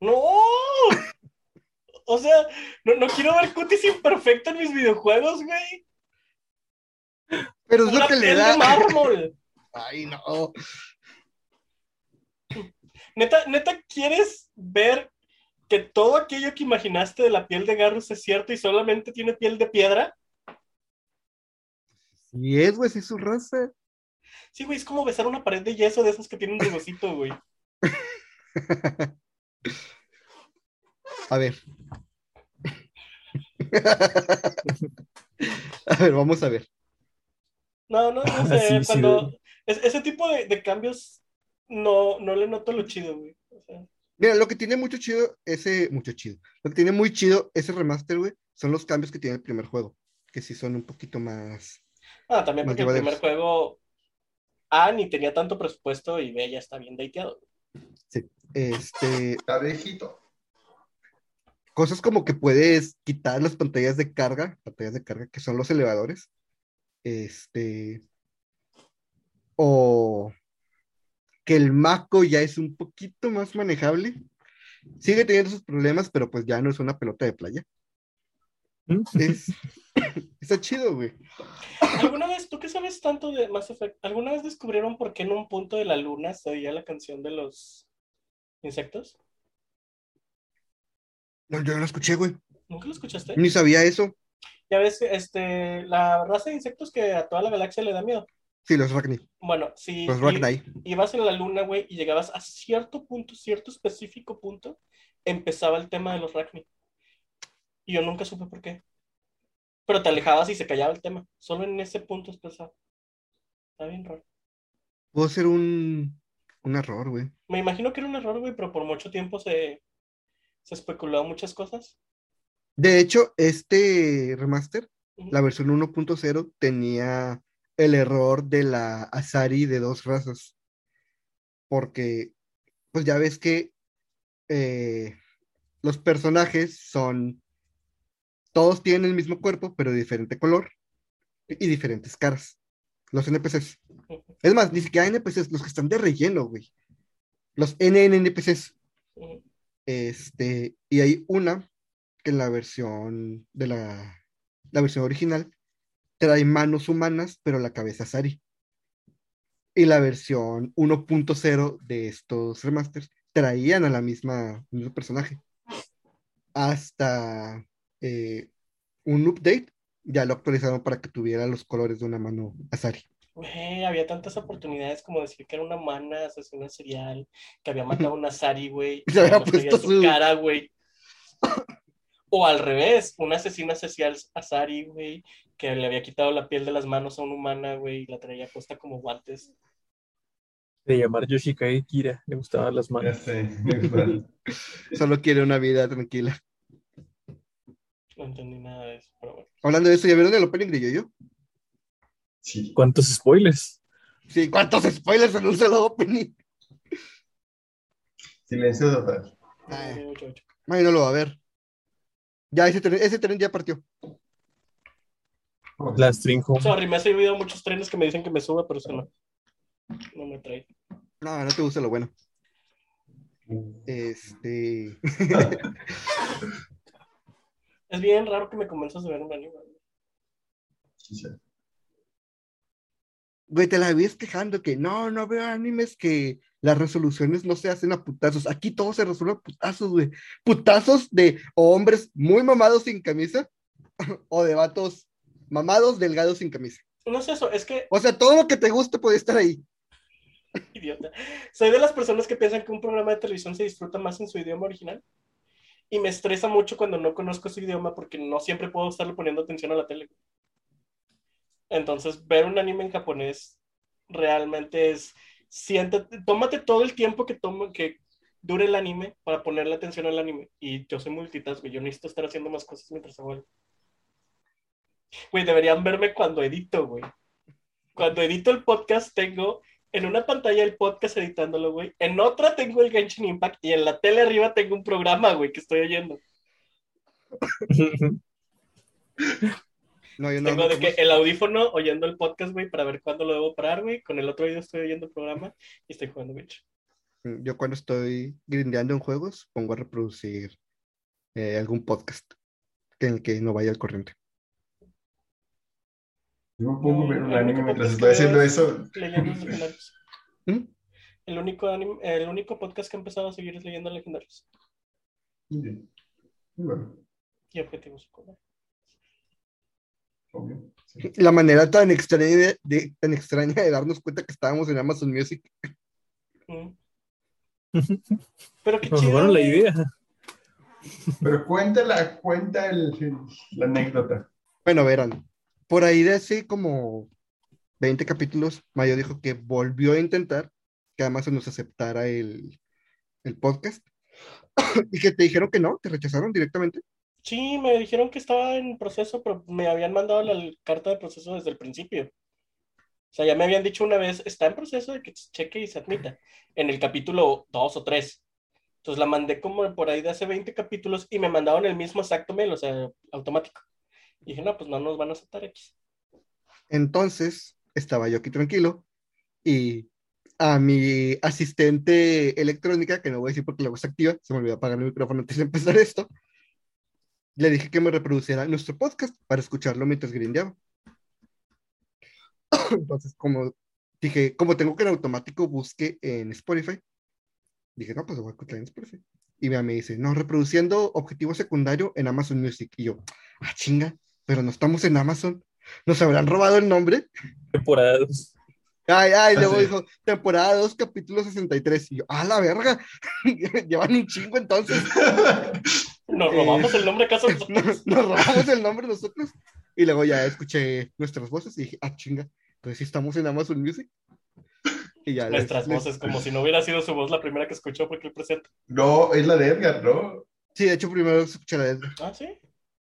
Speaker 4: No. O sea, no, no quiero ver cutis imperfecto en mis videojuegos, güey.
Speaker 2: Pero es
Speaker 4: Una
Speaker 2: lo que le
Speaker 4: piel de
Speaker 2: da.
Speaker 4: mármol.
Speaker 2: Ay, no.
Speaker 4: Neta, neta, ¿quieres ver que todo aquello que imaginaste de la piel de Garrus es cierto y solamente tiene piel de piedra?
Speaker 2: Y es, güey, sí es su raza.
Speaker 4: Sí, güey, es como besar una pared de yeso de esas que tienen un rugosito, güey.
Speaker 2: A ver. *laughs* a ver, vamos a ver.
Speaker 4: No,
Speaker 5: *laughs*
Speaker 4: no, no
Speaker 5: Ah,
Speaker 4: sé.
Speaker 5: sí, sí,
Speaker 4: cuando... es- ese tipo de, de cambios no, no le noto lo chido, güey. O sea,
Speaker 2: Mira, lo que tiene mucho chido ese, mucho chido, lo que tiene muy chido ese remaster, güey, son los cambios que tiene el primer juego, que sí son un poquito más,
Speaker 4: ah, también
Speaker 2: Más
Speaker 4: porque el primer
Speaker 2: llevaderos.
Speaker 4: juego A ni tenía tanto presupuesto y B ya está bien dateado.
Speaker 2: este,
Speaker 3: Está viejito.
Speaker 2: cosas como que puedes quitar las pantallas de carga, pantallas de carga que son los elevadores, este, o que el Maco ya es un poquito más manejable, sigue teniendo sus problemas, pero pues ya no es una pelota de playa,
Speaker 5: ¿Mm?
Speaker 2: Es- *coughs* está chido, güey.
Speaker 4: ¿Alguna vez, tú que sabes tanto de Mass Effect, alguna vez descubrieron por qué en un punto de la luna se oía la canción de los insectos?
Speaker 2: No, yo no lo escuché, güey,
Speaker 4: ¿Nunca lo escuchaste?
Speaker 5: Mm.
Speaker 2: ni sabía eso,
Speaker 4: Ya ves, este, la raza de insectos que a toda la galaxia le da miedo.
Speaker 2: sí, los Ragni.
Speaker 4: Bueno, sí.
Speaker 5: Pues
Speaker 2: Los
Speaker 4: y-
Speaker 2: Ragnar.
Speaker 4: ibas en la luna, güey, y llegabas a cierto punto, cierto específico punto, empezaba el tema de los Ragni. Y yo nunca supe por qué. Pero te alejabas y se callaba el tema. Solo en ese punto empezaba. Está bien raro.
Speaker 2: Pudo ser un, un error, güey.
Speaker 4: Me imagino que era un error, güey, pero por mucho tiempo se, se especuló muchas cosas.
Speaker 2: De hecho, este remaster,
Speaker 4: Ujú.
Speaker 2: la versión 1.0, tenía el error de la Asari de dos razas. Porque, pues ya ves que eh, los personajes son. Todos tienen el mismo cuerpo, pero de diferente color y diferentes caras. Los NPCs.
Speaker 4: Ujú.
Speaker 2: Es más, ni siquiera NPCs, los que están de relleno, güey. Los NNNPCs.
Speaker 4: Ujú.
Speaker 2: Este, y hay una que en la versión de la, la versión original trae manos humanas, pero la cabeza es Ari. Y la versión 1.0 de estos remasters traían a la misma al mismo personaje. Hasta eh, un update ya lo actualizaron para que tuviera los colores de una mano Azari.
Speaker 4: Güey, había tantas oportunidades como decir que era una mana, asesina serial, que había matado a una
Speaker 2: *laughs*
Speaker 4: Sari, güey.
Speaker 2: Se había
Speaker 4: que no tenía
Speaker 2: puesto
Speaker 4: su
Speaker 2: su-
Speaker 4: cara, güey. O al revés, una asesina serial a Sari, güey, que le había quitado la piel de las manos a una humana, güey, y la traía puesta como guantes.
Speaker 5: De llamar Yoshikae Kira, le gustaban las
Speaker 3: Ya
Speaker 5: manos.
Speaker 3: sé. igual.
Speaker 2: Solo quiere una vida tranquila.
Speaker 4: No entendí nada de eso, pero bueno.
Speaker 2: Hablando de eso, ¿ya vieron el opening de Yoyo?
Speaker 3: Sí.
Speaker 5: ¿Cuántos spoilers?
Speaker 2: Sí, ¿cuántos spoilers en un solo opening?
Speaker 3: Silencio total.
Speaker 2: Ah.
Speaker 4: Ocho, ocho, ocho.
Speaker 2: Ay, no lo va a ver. Ya, ese tren, ese tren ya partió.
Speaker 3: Joder.
Speaker 5: Las Trinjo.
Speaker 4: Sorry, me ha servido muchos trenes que me dicen que me suba, pero eso no. No me trae.
Speaker 2: No, no te gusta lo bueno. Este.
Speaker 4: Es bien raro que me comiences a ver un anime. güey.
Speaker 3: Sí, sí.
Speaker 2: Güey, te la ves quejando que no, no veo animes que las resoluciones no se hacen a putazos. Aquí todo se resuelve a putazos, güey. Putazos de hombres muy mamados sin camisa *laughs* o de vatos mamados, delgados sin camisa.
Speaker 4: No es eso, es que
Speaker 2: O sea, todo lo que te guste puede estar ahí.
Speaker 4: *laughs* idiota. Soy de las personas que piensan que un programa de televisión se disfruta más en su idioma original. Y me estresa mucho cuando no conozco su idioma porque no siempre puedo estarle poniendo atención a la tele. Entonces, ver un anime en japonés realmente es. Siéntate, tómate todo el tiempo que, toma, que dure el anime para ponerle atención al anime. Y yo soy multitask, yo necesito estar haciendo más cosas mientras hago algo. Güey, deberían verme cuando edito, güey. Cuando edito el podcast, tengo en una pantalla el podcast editándolo, güey. En otra tengo el Genshin Impact y en la tele arriba tengo un programa, güey, que estoy oyendo.
Speaker 2: No, yo no.
Speaker 4: tengo
Speaker 2: no
Speaker 4: de que
Speaker 2: como-
Speaker 4: el audífono oyendo el podcast, güey, para ver cuándo lo debo parar, güey. Con el otro oído estoy oyendo el programa y estoy jugando, bicho.
Speaker 2: Yo cuando estoy grindeando en juegos, pongo a reproducir eh, algún podcast en el que no vaya al corriente.
Speaker 3: Yo me pongo a ver un
Speaker 4: El
Speaker 3: anime
Speaker 4: único
Speaker 3: mientras
Speaker 4: podcast
Speaker 3: estoy
Speaker 4: que
Speaker 3: haciendo
Speaker 4: veo es
Speaker 3: eso.
Speaker 4: Leyendas legendarias.
Speaker 2: ¿Mm?
Speaker 4: El único, anime- el único podcast que he empezado a seguir es Leyendas Legendarias
Speaker 3: Sí. Bueno,
Speaker 5: *laughs*
Speaker 4: y Objetivos. Ocultos.
Speaker 3: obvio. Sí.
Speaker 2: La manera tan extraña de, de- tan extraña de darnos cuenta que estábamos en Amazon Music.
Speaker 4: Mm. Pero
Speaker 5: *laughs*
Speaker 4: qué
Speaker 5: Nos
Speaker 4: chido.
Speaker 5: robaron la
Speaker 4: güey.
Speaker 5: idea.
Speaker 3: Pero cuéntala, cuenta el, la anécdota.
Speaker 2: Bueno, verán, por ahí de hace como 20 capítulos, Mayo dijo que volvió a intentar que Amazon nos aceptara el, el podcast *coughs* y que te dijeron que no, te rechazaron directamente.
Speaker 4: Sí, me dijeron que estaba en proceso, pero me habían mandado la carta de proceso desde el principio. O sea, ya me habían dicho una vez, está en proceso de que se cheque y se admita, en el capítulo 2 o 3. Entonces la mandé como por ahí de hace 20 capítulos y me mandaron el mismo exacto mail, o sea, automático. Y dije, no, pues no nos van a aceptar X.
Speaker 2: Entonces, estaba yo aquí tranquilo y a mi asistente electrónica, que no voy a decir porque la voz está activa, se me olvidó apagar el micrófono antes de empezar esto, le dije que me reproduciera nuestro podcast para escucharlo mientras grindeaba. *coughs* Entonces, como dije, como tengo que en automático busque en Spotify, dije, no, pues lo voy a escuchar en Spotify. Y mi mamá me dice, no, reproduciendo objetivo secundario en Amazon Music. Y yo, ah, chinga, pero no estamos en Amazon. ¿Nos habrán robado el nombre?
Speaker 5: Temporada dos.
Speaker 2: Ay, ay, luego
Speaker 3: Así.
Speaker 2: dijo, temporada 2, capítulo 63. Y yo, ¡ah, la verga! *laughs* Llevan un chingo entonces.
Speaker 4: ¿Nos
Speaker 2: Eh.
Speaker 4: robamos el nombre acaso?
Speaker 2: Nos, nos robamos el nombre nosotros. Y luego ya escuché nuestras voces y dije, ¡ah, chinga! Entonces sí estamos en Amazon Music. Y ya. les-
Speaker 4: Nuestras
Speaker 2: les-
Speaker 4: voces, como si no hubiera sido su voz la primera que escuchó porque el presente.
Speaker 3: *laughs* No, es la de Edgar, ¿no?
Speaker 2: Sí, de hecho, primero escuché la de Edgar.
Speaker 4: Ah, sí.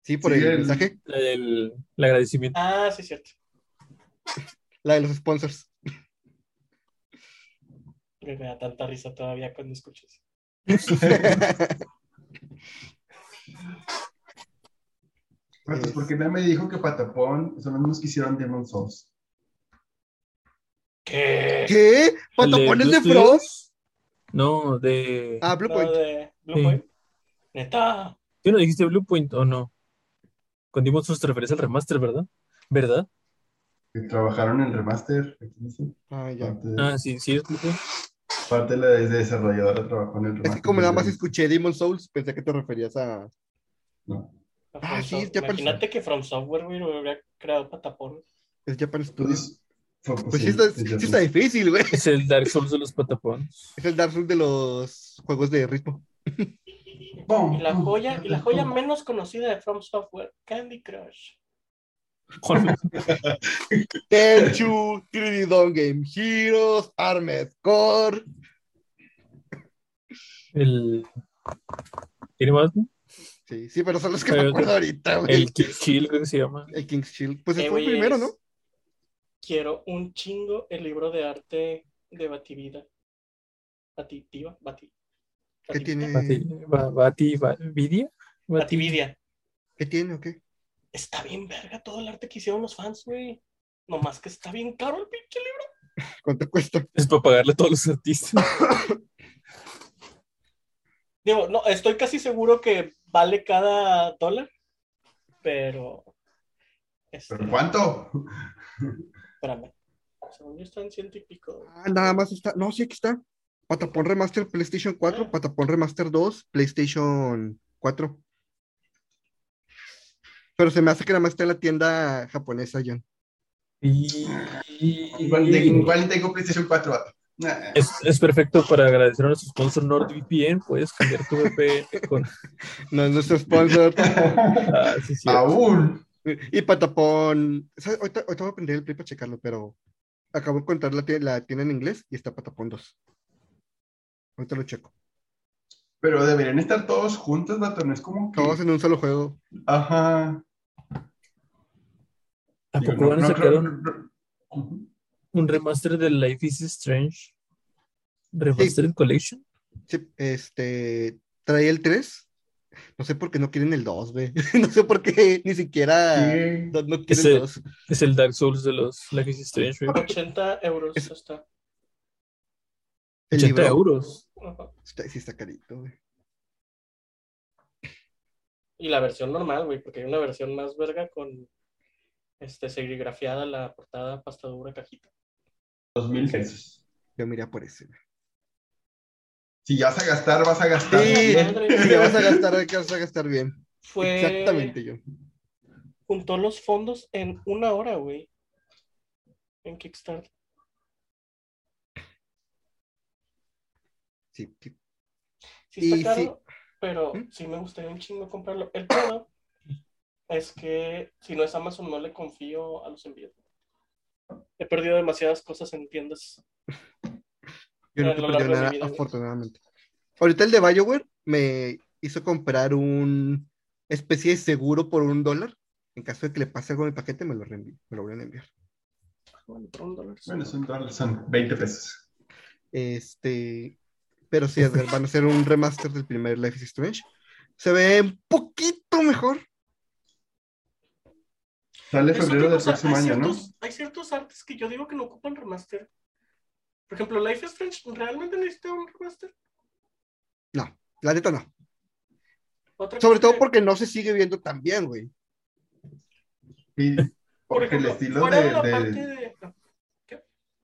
Speaker 2: Sí, por
Speaker 3: Sí,
Speaker 2: el,
Speaker 3: el-
Speaker 2: mensaje.
Speaker 5: La del el agradecimiento.
Speaker 4: Ah, sí, cierto.
Speaker 2: La de los sponsors.
Speaker 4: Me da tanta risa todavía cuando escucho eso.
Speaker 3: Pues,
Speaker 2: Es-
Speaker 3: porque nadie me dijo que Patapón son los mismos que hicieron Demon Souls.
Speaker 4: ¿Qué?
Speaker 2: ¿Qué?
Speaker 5: ¿El
Speaker 2: ¿Cuánto pones
Speaker 5: Blue
Speaker 2: de
Speaker 5: Studios?
Speaker 2: Frost?
Speaker 5: No, de.
Speaker 2: Ah, Blue
Speaker 4: No,
Speaker 2: Point.
Speaker 4: de Blue
Speaker 5: Sí.
Speaker 4: Point. Neta.
Speaker 5: ¿Tú no dijiste Blue Point o no? Cuando dimos sus referencias al remaster, ¿verdad? ¿Verdad?
Speaker 3: Que trabajaron en el remaster. Aquí dice.
Speaker 2: Ah, ya.
Speaker 3: Parte, de-
Speaker 5: Ah, sí, sí, es Blue Point.
Speaker 3: parte de la de desarrolladora trabajó en el remaster.
Speaker 2: Es que como nada más escuché Demon Souls, pensé que te referías a,
Speaker 3: No.
Speaker 4: From
Speaker 2: Ah, sí,
Speaker 4: Soft-
Speaker 2: ya pensé.
Speaker 4: Imagínate que From Software, güey, hubiera creado pataporros.
Speaker 2: Es Japan Studios.
Speaker 3: Entonces, fue
Speaker 2: Pues sí,
Speaker 3: posible.
Speaker 2: está, sí está difícil, güey.
Speaker 5: Es el Dark Souls de los patapones.
Speaker 2: Es el Dark Souls de los juegos de ritmo.
Speaker 3: Pum,
Speaker 4: Y la
Speaker 3: pum,
Speaker 4: joya, y la joya
Speaker 3: pum.
Speaker 4: menos conocida de From Software, Candy Crush.
Speaker 2: Tenchu, 3D Don Game Heroes, Armed Core.
Speaker 5: El... ¿Tiene más? no?
Speaker 2: Sí, sí, pero son los que
Speaker 5: Hay
Speaker 2: me
Speaker 5: otro.
Speaker 2: acuerdo ahorita, güey.
Speaker 5: El Kill Kill, creo que se llama.
Speaker 2: El King's Shield. Pues
Speaker 4: Eh,
Speaker 2: ese fue el
Speaker 4: güey,
Speaker 2: primero,
Speaker 4: es-
Speaker 2: ¿no?
Speaker 4: Quiero un chingo el libro de arte de Bativida. Batitiva, Bati.
Speaker 2: ¿Qué
Speaker 4: Bativida.
Speaker 2: tiene?
Speaker 5: Bati, ba- Bati, ba- Vidia. Bati-
Speaker 4: Batividia.
Speaker 2: ¿Qué tiene o qué?
Speaker 4: Está bien verga todo el arte que hicieron los fans, güey. Nomás que está bien caro el pinche libro.
Speaker 2: ¿Cuánto cuesta?
Speaker 5: Es para pagarle a todos los artistas.
Speaker 4: Digo, no, estoy casi seguro que vale cada dólar, pero... este,
Speaker 3: ¿Pero cuánto?
Speaker 4: Espérame. Según yo está en ciento y pico.
Speaker 2: Ah, nada más está. No, sí, aquí está. Patapón Remaster PlayStation 4,
Speaker 4: Ah.
Speaker 2: Patapón Remaster 2, PlayStation 4. Pero se me hace que nada más está en la tienda japonesa, John.
Speaker 5: *laughs* Y...
Speaker 3: Igual, te- igual tengo PlayStation
Speaker 2: *laughs*
Speaker 3: 4. vato. Nah.
Speaker 5: Es, es perfecto para agradecer a nuestro sponsor NordVPN. Puedes cambiar tu VPN con.
Speaker 2: No es nuestro sponsor.
Speaker 5: Ah, sí, sí.
Speaker 3: Aún.
Speaker 2: y Patapón. ¿sabes? Ahorita, ahorita voy a aprender el play para checarlo, pero acabo de encontrar la tienda, la tienda en inglés y está Patapón 2. Ahorita lo checo.
Speaker 3: Pero deberían estar todos juntos, vato. No es como que.
Speaker 2: Todos en un solo juego.
Speaker 3: Ajá.
Speaker 5: Tampoco
Speaker 3: Digo, no-
Speaker 5: van a
Speaker 3: no
Speaker 5: sacar
Speaker 3: creo-
Speaker 5: un,
Speaker 3: no- no- Ujú.
Speaker 5: un remaster de Life is Strange. Remastered Collection.
Speaker 2: Sí, este, trae el 3. No sé por qué no quieren el 2, güey. *laughs* No sé por qué ni siquiera
Speaker 3: Sí.
Speaker 2: no, no quieren
Speaker 5: Ese-
Speaker 2: el 2.
Speaker 5: Es el Dark Souls de los Life is Strange. güey.
Speaker 4: 80 euros
Speaker 2: Es-
Speaker 4: está.
Speaker 2: El
Speaker 5: 80
Speaker 2: libro
Speaker 5: euros.
Speaker 4: Ajá.
Speaker 2: está- sí está carito, güey.
Speaker 4: Y la versión normal, güey, porque hay una versión más verga con este serigrafiada la portada pasta dura cajita.
Speaker 3: Dos mil pesos.
Speaker 2: Yo miré por ese. güey.
Speaker 3: Si ya vas a gastar, vas a gastar.
Speaker 2: Sí.
Speaker 4: Madre,
Speaker 2: Sí, ya vas a gastar, ya vas a gastar bien.
Speaker 4: fue
Speaker 2: Exactamente, yo.
Speaker 4: juntó los fondos en una hora, güey. En Kickstarter.
Speaker 2: Sí, sí.
Speaker 4: Sí
Speaker 2: Y
Speaker 4: está
Speaker 2: sí.
Speaker 4: caro, pero
Speaker 2: ¿Mm?
Speaker 4: sí me gustaría un chingo comprarlo. El problema es que si no es Amazon no le confío a los envíos. He perdido demasiadas cosas en tiendas.
Speaker 2: Yo no
Speaker 4: A
Speaker 2: te
Speaker 4: lo
Speaker 2: perdí
Speaker 4: largo de
Speaker 2: nada,
Speaker 4: mi vida, güey.
Speaker 2: afortunadamente. Ahorita el de BioWare me hizo comprar un especie de seguro por un dólar. En caso de que le pase algo en el paquete, me lo reenvío, me lo vuelven a enviar.
Speaker 4: Bueno, por un dólar.
Speaker 3: Bueno, son, dólares, son 20 pesos.
Speaker 2: Este, pero sí, Edgar, van a hacer un remaster del primer Life is Strange. Se ve un poquito mejor.
Speaker 3: Sale
Speaker 4: Es otra
Speaker 3: febrero del
Speaker 4: cosa,
Speaker 3: próximo
Speaker 4: hay
Speaker 3: año, ¿no?
Speaker 4: ciertos- Hay ciertos artes que yo digo que no ocupan remaster. Por ejemplo, Life is Strange realmente necesita un remaster.
Speaker 2: No, la neta no.
Speaker 4: Otra
Speaker 2: Sobre
Speaker 4: cosa
Speaker 2: todo
Speaker 4: que-
Speaker 2: porque no se sigue viendo tan bien, güey.
Speaker 3: Sí,
Speaker 4: por
Speaker 3: porque el
Speaker 4: ejemplo,
Speaker 3: estilo
Speaker 4: fuera
Speaker 3: de,
Speaker 4: la
Speaker 3: de-
Speaker 4: parte de- no,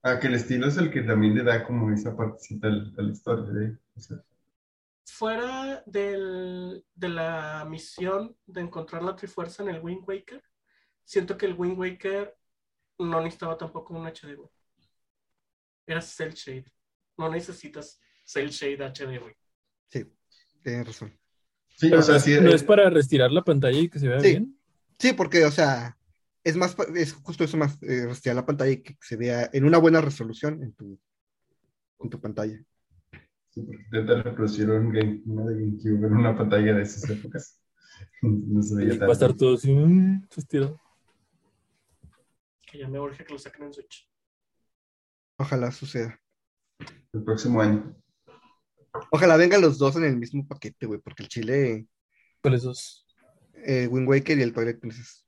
Speaker 3: ah, que el estilo es el que también le da como esa partecita al- a la historia. ¿eh? O sea,
Speaker 4: fuera del- de la misión de encontrar la Trifuerza en el Wind Waker, siento que el Wind Waker no necesitaba tampoco un HD. güey. Era Cell Shade. No necesitas Cell Shade HD, güey.
Speaker 2: Tienes razón.
Speaker 3: sí, o sea, sí,
Speaker 5: no
Speaker 3: eh,
Speaker 5: es para retirar la pantalla y que se vea
Speaker 2: Sí.
Speaker 5: bien.
Speaker 2: Sí, porque, o sea, es más, pa- es justo eso más, eh, rastrear la pantalla y que se vea en una buena resolución en tu, en tu pantalla.
Speaker 3: sí, porque intentar reproducir un game, una de GameCube en una pantalla de esas épocas. *laughs* No se veía
Speaker 5: Y
Speaker 3: tan
Speaker 5: va a estar todo así. mm, estirado.
Speaker 4: Que ya me urge que lo saquen en Switch.
Speaker 2: Ojalá suceda.
Speaker 3: el próximo año.
Speaker 2: Ojalá vengan los dos en el mismo paquete, güey, porque el chile,
Speaker 5: Por esos.
Speaker 2: eh, Wind Waker y el Twilight Princess.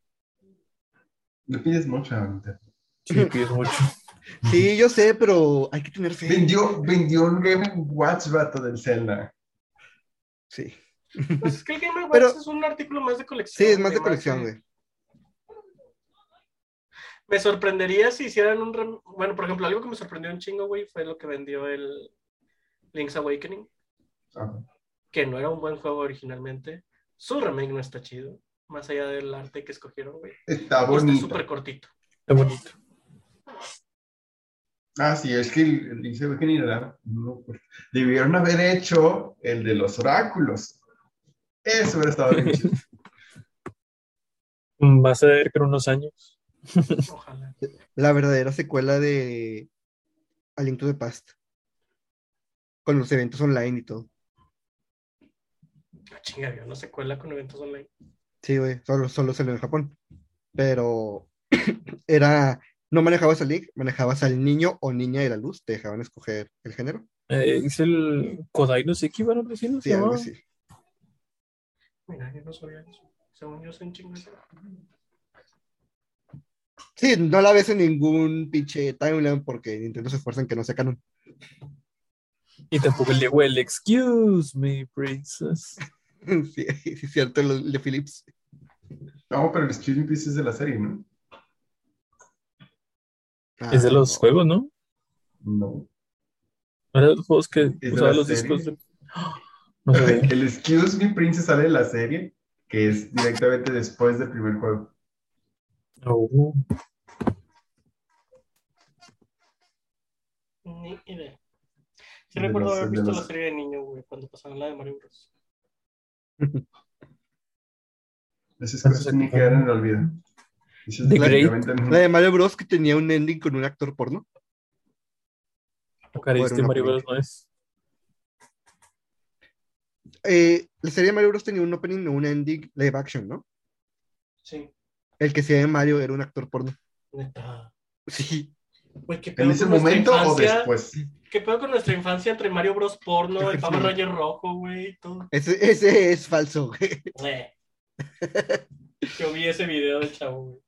Speaker 3: No pides mucho ahorita.
Speaker 5: Sí, que es mucho.
Speaker 2: Sí, yo sé, pero hay que tener fe.
Speaker 3: Vendió, vendió un Game Watch, vato, del Zelda.
Speaker 2: Sí,
Speaker 4: Pues es que el
Speaker 2: *laughs*
Speaker 4: Game Awards
Speaker 2: Pero-
Speaker 4: es un artículo más de
Speaker 2: sí,
Speaker 4: colección.
Speaker 2: es más de
Speaker 4: güey,
Speaker 2: colección, güey.
Speaker 4: Me sorprendería si hicieran un... rem- Bueno, por ejemplo, algo que me sorprendió un chingo, güey, fue lo que vendió el Link's Awakening,
Speaker 3: Ajá.
Speaker 4: que no era un buen juego originalmente. Su remake no está chido. Más allá del arte que escogieron, güey.
Speaker 3: Está
Speaker 4: Está
Speaker 3: bonito.
Speaker 4: súper cortito.
Speaker 5: Está bonito.
Speaker 3: Ah, sí, es que el, el Liceo General no, pues, debieron haber hecho el de los oráculos. Eso hubiera estado bien
Speaker 5: *laughs*
Speaker 3: chido.
Speaker 5: Vas a ver que en unos años.
Speaker 4: Ojalá.
Speaker 2: La verdadera secuela de A Link to the Past. Con los eventos online y todo.
Speaker 4: La chinga, había una secuela con eventos online.
Speaker 2: Sí, güey, solo, solo salió en Japón. Pero *clears throat* era, no manejabas al Link, manejabas al niño o niña de la luz, te dejaban escoger el género.
Speaker 5: Eh, es el Kodai no sé qué iban a decir. ¿no?
Speaker 2: Sí,
Speaker 5: Se
Speaker 2: algo
Speaker 5: llamaba.
Speaker 2: así.
Speaker 4: Mira, yo no sabía eso. Según yo, son chingas.
Speaker 2: Sí, no la ves en ningún pinche timeline porque Nintendo se esfuerza en que no sea canon. *laughs*
Speaker 5: Y tampoco el de Well, excuse me, princess.
Speaker 2: Sí, sí, es cierto, lo- el de Philips.
Speaker 3: No, pero el Excuse Me Please es de la serie, ¿no?
Speaker 2: Ah,
Speaker 5: es de los juegos, ¿no?
Speaker 3: No.
Speaker 5: Era de los juegos que
Speaker 3: de
Speaker 5: usaba
Speaker 3: la
Speaker 5: los
Speaker 3: serie.
Speaker 5: discos de. *gasps* ¡Ah! No
Speaker 3: *laughs*
Speaker 5: sabía.
Speaker 3: El Excuse Me Princess sale de la serie, que es directamente después del primer juego.
Speaker 5: No.
Speaker 4: Ni idea. Sí
Speaker 3: De
Speaker 4: recuerdo
Speaker 3: los- de
Speaker 4: haber visto la
Speaker 3: los-
Speaker 4: serie de niño, güey, cuando pasaban la de Mario Bros.
Speaker 3: Esas cosas tienen que quedar en el olvido. Eso es
Speaker 5: The Great.
Speaker 3: prácticamente-
Speaker 2: La de Mario Bros. que tenía un ending con un actor porno.
Speaker 5: Cara, este
Speaker 2: Bueno,
Speaker 5: Mario
Speaker 2: no,
Speaker 5: Bros. no es.
Speaker 2: Eh, la serie de Mario Bros. tenía un opening o un ending live action, ¿no?
Speaker 4: Sí,
Speaker 2: El que se llama Mario era un actor porno. *laughs*
Speaker 4: neta.
Speaker 2: Sí,
Speaker 4: Güey, ¿qué pedo
Speaker 3: ¿En ese
Speaker 4: con nuestra
Speaker 3: momento o
Speaker 4: infancia?
Speaker 3: después?
Speaker 4: *laughs* ¿Qué pedo con nuestra infancia entre Mario Bros. porno, el
Speaker 2: Sí.
Speaker 4: Power Ranger rojo, güey, y todo?
Speaker 2: ese, ese es falso, güey.
Speaker 3: *laughs*
Speaker 4: Bleh. Yo vi ese video del chavo, güey.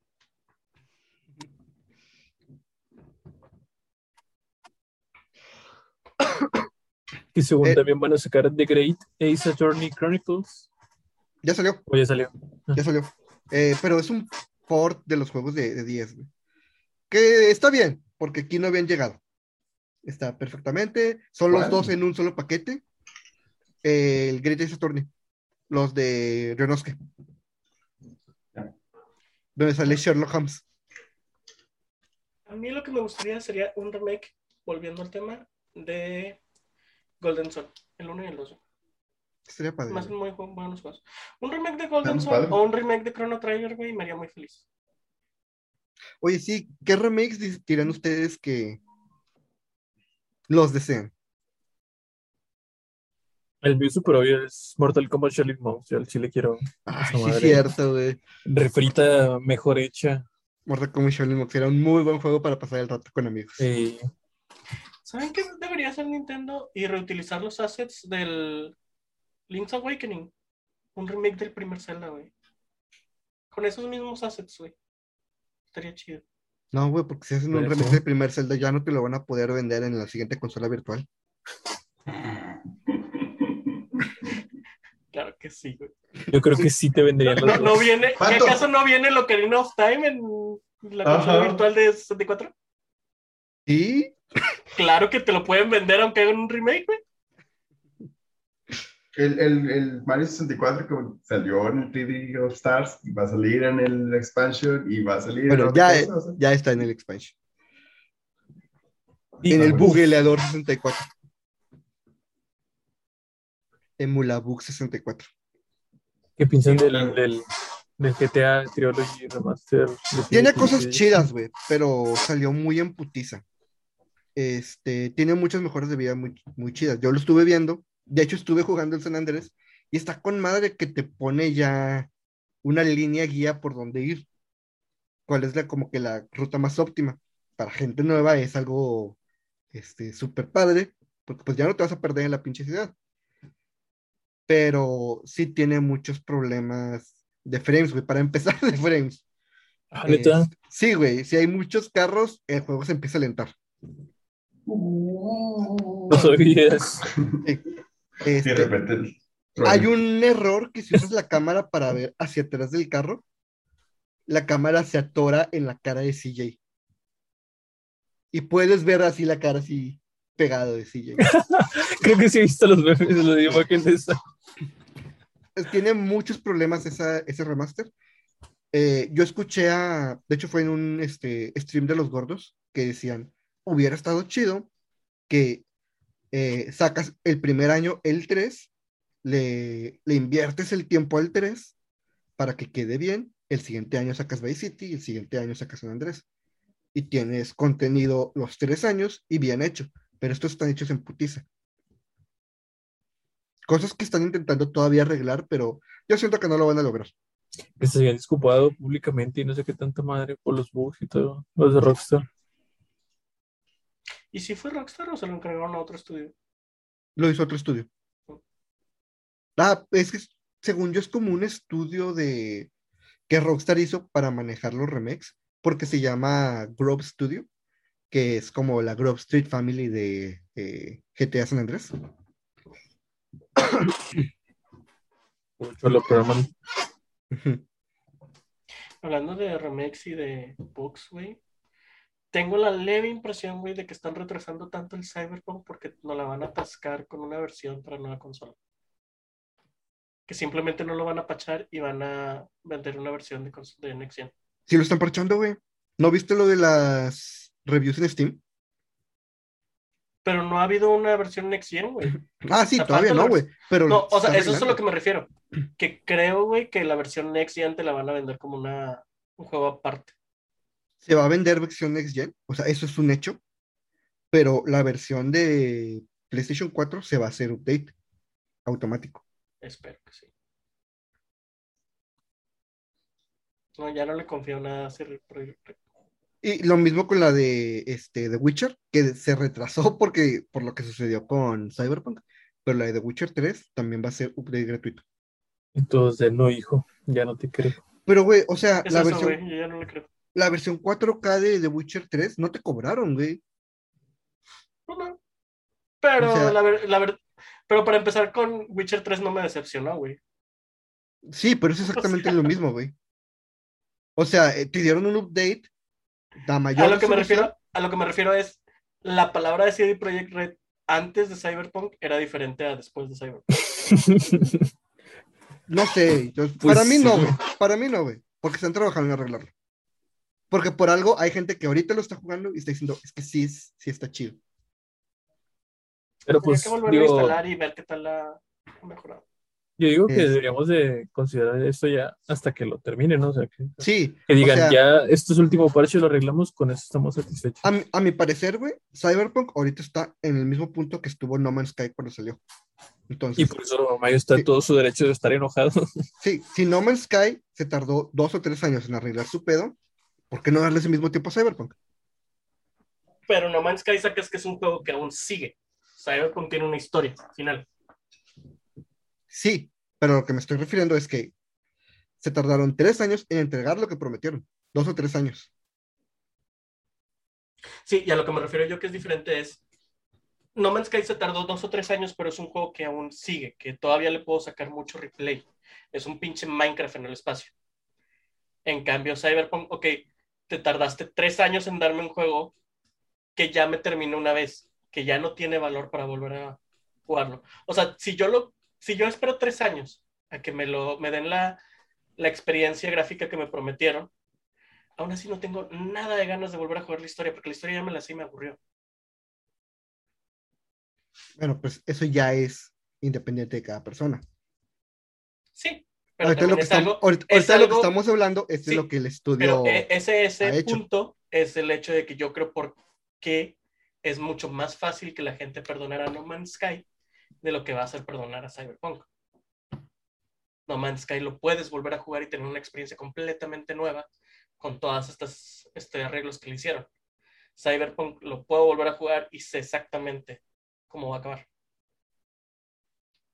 Speaker 5: Que según
Speaker 2: Eh.
Speaker 5: también van a sacar The Great Ace Attorney Chronicles.
Speaker 2: Ya salió,
Speaker 5: O ya salió.
Speaker 2: ya salió. Eh, pero es un port de los juegos de, de 10, güey. Que está bien, porque aquí no habían llegado. Está perfectamente. Son los
Speaker 3: ¿Cuál?
Speaker 2: dos en un solo paquete. Eh, el Great Ace Attorney. Los de Rionosuke.
Speaker 3: Ya.
Speaker 2: Donde sale Sherlock Holmes.
Speaker 4: A mí lo que me gustaría sería un remake, volviendo al tema, de Golden Sun, el 1 y el 2.
Speaker 2: Sería padre.
Speaker 4: Más
Speaker 2: güey.
Speaker 4: muy bu- buenos juegos. Un remake de Golden
Speaker 3: Estamos
Speaker 4: Sun
Speaker 3: padres.
Speaker 4: o un remake de Chrono Trigger, güey, me haría muy feliz.
Speaker 2: Oye, sí, ¿qué remakes dis- dirán ustedes que los desean?
Speaker 5: El mío super obvio es Mortal Kombat Shaolin Monks. Yo al chile quiero
Speaker 2: Ay,
Speaker 5: Esa
Speaker 2: sí,
Speaker 5: madre.
Speaker 2: cierto, güey.
Speaker 5: refrita mejor hecha.
Speaker 2: Mortal Kombat Shaolin Monks era un muy buen juego para pasar el rato con amigos.
Speaker 5: Eh,
Speaker 4: ¿Saben qué debería hacer Nintendo? Y reutilizar los assets del Link's Awakening. Un remake del primer Zelda, güey. Con esos mismos assets, güey. Estaría chido.
Speaker 2: No, güey, porque si hacen un
Speaker 5: Pero
Speaker 2: remake
Speaker 5: sí.
Speaker 2: del primer Zelda ya no te lo van a poder vender en la siguiente consola virtual.
Speaker 4: Claro que sí, güey.
Speaker 5: yo creo que sí te venderían los
Speaker 4: *laughs* No, no
Speaker 5: dos.
Speaker 4: viene, ¿qué
Speaker 3: ¿Cuánto?
Speaker 4: acaso no viene el Ocarina of Time en la consola
Speaker 3: Ajá.
Speaker 4: virtual de 64?
Speaker 2: Sí,
Speaker 4: Claro que te lo pueden vender aunque hagan un remake, güey.
Speaker 3: El, el, el Mario 64 que salió en el 3D All Stars y va a salir en el expansion y va a salir
Speaker 2: Bueno,
Speaker 3: en otra
Speaker 2: ya, eh,
Speaker 3: cosa, o sea,
Speaker 2: ya está en el expansion.
Speaker 5: Y-
Speaker 2: en el
Speaker 3: Ah, bueno.
Speaker 2: Bugeleador 64. Emulabug 64.
Speaker 5: ¿Qué piensan del, del, del GTA Trilogy Remaster?
Speaker 2: Tiene
Speaker 5: Definitive
Speaker 2: cosas
Speaker 5: Edition?
Speaker 2: chidas, güey, pero salió muy en putiza. Este, tiene muchas mejoras de vida muy, muy chidas. Yo lo estuve viendo, de hecho estuve jugando el San Andrés y está con madre que te pone ya una línea guía por dónde ir. ¿Cuál es la como que la ruta más óptima? Para gente nueva es algo este súper padre, porque pues ya no te vas a perder en la pinche ciudad. Pero sí tiene muchos problemas de frames, güey, para empezar *laughs* de frames.
Speaker 5: Ah, neta.
Speaker 2: Es- sí, güey, si hay muchos carros, el juego se empieza a alentar.
Speaker 5: No *laughs* sabías.
Speaker 3: y de
Speaker 2: Este,
Speaker 3: repente el-
Speaker 2: hay un error que si usas la cámara para ver hacia atrás del carro, la cámara se atora en la cara de CJ. Y puedes ver así la cara así pegado de CJ.
Speaker 5: Creo que sí he visto los memes de la imagen de esa.
Speaker 2: tiene muchos problemas esa, ese remaster. Eh, yo escuché a, de hecho fue en un este, stream de los gordos que decían, hubiera estado chido que eh, sacas el primer año el 3, le, le inviertes el tiempo al 3 para que quede bien, el siguiente año sacas Vice City, el siguiente año sacas San Andrés y tienes contenido los tres años y bien hecho, pero estos están hechos en putiza. Cosas que están intentando todavía arreglar, pero yo siento que no lo van a lograr.
Speaker 5: Que se habían disculpado públicamente y no sé qué tanta madre por los bugs y todo, los de Rockstar.
Speaker 4: ¿Y si fue Rockstar o se lo encargaron a otro estudio?
Speaker 2: Lo hizo otro estudio. Ah, es que según yo es como un estudio de que Rockstar hizo para manejar los remakes, porque se llama Grove Studio, que es como la Grove Street Family de eh, GTA San Andrés.
Speaker 5: Mucho lo programan.
Speaker 4: Hablando de remakes y de bugs, güey. Tengo la leve impresión, güey, de que están retrasando tanto el Cyberpunk porque no la van a atascar con una versión para nueva consola. Que simplemente no lo van a pachar y van a vender una versión de, cons- de Next Gen.
Speaker 2: Sí lo están parchando, güey. ¿No viste lo de las reviews en Steam?
Speaker 4: Pero no ha habido una versión Next Gen, güey.
Speaker 2: Ah, sí,
Speaker 4: Aparte
Speaker 2: todavía no,
Speaker 4: lo-
Speaker 2: güey. Pero
Speaker 4: No, o sea,
Speaker 2: está
Speaker 4: eso es a lo
Speaker 2: arreglando.
Speaker 4: que me refiero. Que creo, güey, que la versión Next Gen te la van a vender como una, un juego aparte.
Speaker 2: Se va a vender versión Next Gen, o sea, eso es un hecho. Pero la versión de PlayStation 4 se va a hacer update automático.
Speaker 4: Espero que sí. No, ya no le confío nada a Sir Project Red.
Speaker 2: Y lo mismo con la de este, The Witcher, que se retrasó *laughs* porque, por lo que sucedió con Cyberpunk. Pero la de The Witcher 3 también va a ser update gratuito.
Speaker 5: Entonces, no, hijo, ya no te creo. *laughs*
Speaker 2: Pero, güey, o sea,
Speaker 4: Es
Speaker 2: la
Speaker 4: eso,
Speaker 2: versión,
Speaker 4: güey, yo ya no le creo.
Speaker 2: la versión 4K de The Witcher 3 no te cobraron, güey.
Speaker 4: No, no. Pero,
Speaker 2: O sea-
Speaker 4: la ver- la ver- pero para empezar con Witcher 3 no me decepcionó, güey.
Speaker 2: Sí, pero es
Speaker 4: Pues, *laughs*
Speaker 2: exactamente lo mismo, güey. O sea, eh, te dieron un update. La mayor
Speaker 4: A lo que me
Speaker 2: resolución.
Speaker 4: refiero, a lo que me refiero es la palabra de CD Projekt Red antes de Cyberpunk era diferente a después de Cyberpunk.
Speaker 2: No sé. yo-
Speaker 5: Pues
Speaker 2: para mí
Speaker 5: sí.
Speaker 2: no, güey. Para mí no, güey. Porque están trabajando en arreglarlo. Porque por algo hay gente que ahorita lo está jugando y está diciendo, es que sí, es- sí está chido.
Speaker 5: Pero
Speaker 4: Tendría
Speaker 5: pues,
Speaker 4: que volverlo
Speaker 5: digo,
Speaker 4: a instalar y ver qué tal la ha mejorado.
Speaker 5: yo digo que
Speaker 2: Es-
Speaker 5: deberíamos de considerar esto ya hasta que lo terminen, ¿no? O sea, que,
Speaker 2: Sí.
Speaker 5: que
Speaker 2: o
Speaker 5: digan,
Speaker 2: sea,
Speaker 5: ya, este es el último parche, lo arreglamos, con eso estamos satisfechos.
Speaker 2: A mi, a mi parecer, güey, Cyberpunk ahorita está en el mismo punto que estuvo No Man's Sky cuando salió. Entonces,
Speaker 5: Y pues por eso Mayo está en todo su derecho de estar enojado. *laughs*
Speaker 2: sí, si No Man's Sky se tardó dos o tres años en arreglar su pedo, ¿por qué no darle ese mismo tiempo a Cyberpunk?
Speaker 4: Pero No Man's Sky sacas que es un juego que aún sigue. Cyberpunk tiene una historia final.
Speaker 2: Sí, pero lo que me estoy refiriendo es que se tardaron tres años en entregar lo que prometieron. Dos o tres años.
Speaker 4: Sí, y a lo que me refiero yo que es diferente es No Man's Sky se tardó dos o tres años, pero es un juego que aún sigue, que todavía le puedo sacar mucho replay. Es un pinche Minecraft en el espacio. En cambio, Cyberpunk, ok, te tardaste tres años en darme un juego que ya me terminó una vez, que ya no tiene valor para volver a jugarlo. O sea, si yo lo, si yo espero tres años a que me lo, me den la, la experiencia gráfica que me prometieron, aún así no tengo nada de ganas de volver a jugar la historia, porque la historia ya me la sé y me aburrió.
Speaker 2: Bueno, pues eso ya es independiente de cada persona.
Speaker 4: Sí, pero
Speaker 2: Ahorita lo
Speaker 4: también
Speaker 2: que,
Speaker 4: es
Speaker 2: estamos,
Speaker 4: algo-
Speaker 2: ahorita-
Speaker 4: es
Speaker 2: ahorita lo que
Speaker 4: algo-
Speaker 2: estamos hablando este es de
Speaker 4: sí,
Speaker 2: lo que el
Speaker 4: pero
Speaker 2: estudio...
Speaker 4: e- ese, ese
Speaker 2: ha hecho.
Speaker 4: punto es el hecho de que yo creo porque es mucho más fácil que la gente perdonara a No Man's Sky de lo que va a ser perdonar a Cyberpunk. No Man's Sky lo puedes volver a jugar y tener una experiencia completamente nueva con todas estas este, arreglos que le hicieron. Cyberpunk lo puedo volver a jugar y sé exactamente cómo va a acabar.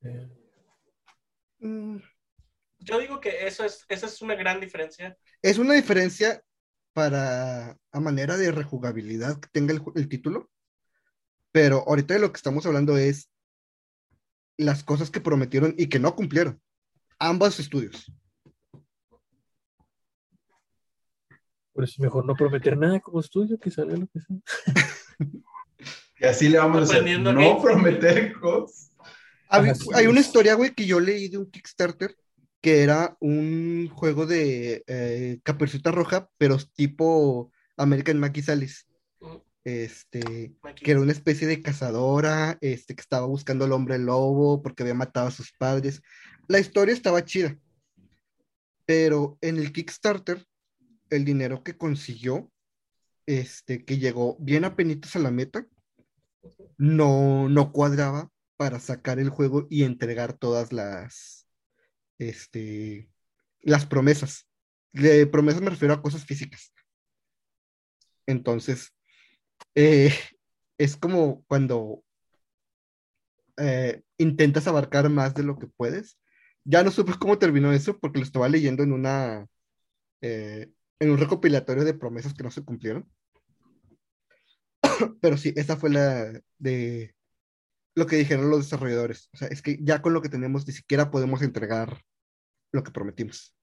Speaker 5: Eh,
Speaker 2: Mm,
Speaker 4: Yo digo que eso es, esa es una gran diferencia
Speaker 2: Es una diferencia para a manera de rejugabilidad que tenga el, ju- el título, pero ahorita de lo que estamos hablando es las cosas que prometieron y que no cumplieron. Ambos estudios.
Speaker 5: por eso mejor no prometer nada como estudio, que salga lo que sea.
Speaker 3: Y así le vamos a hacer.
Speaker 4: Aprendiendo
Speaker 3: No
Speaker 4: bien.
Speaker 3: prometer cosas.
Speaker 2: Había-
Speaker 5: Así
Speaker 2: hay una
Speaker 5: es.
Speaker 2: historia, güey, que yo leí de un Kickstarter que era un juego de eh, Caperucita Roja, pero tipo American Macky Sallis.
Speaker 4: Ujú.
Speaker 2: Este,
Speaker 4: Aquí.
Speaker 2: que era una especie de cazadora, este, que estaba buscando al hombre lobo porque había matado a sus padres. La historia estaba chida, pero en el Kickstarter, el dinero que consiguió, este, que llegó bien apenitas a la meta, no, no cuadraba para sacar el juego y entregar todas las, este, las promesas. De promesas me refiero a cosas físicas. Entonces, eh, es como cuando eh, intentas abarcar más de lo que puedes. Ya no supe cómo terminó eso porque lo estaba leyendo en una eh, en un recopilatorio de promesas que no se cumplieron. *coughs* Pero sí, esa fue la de lo que dijeron los desarrolladores. O sea, es que ya con lo que tenemos ni siquiera podemos entregar lo que prometimos.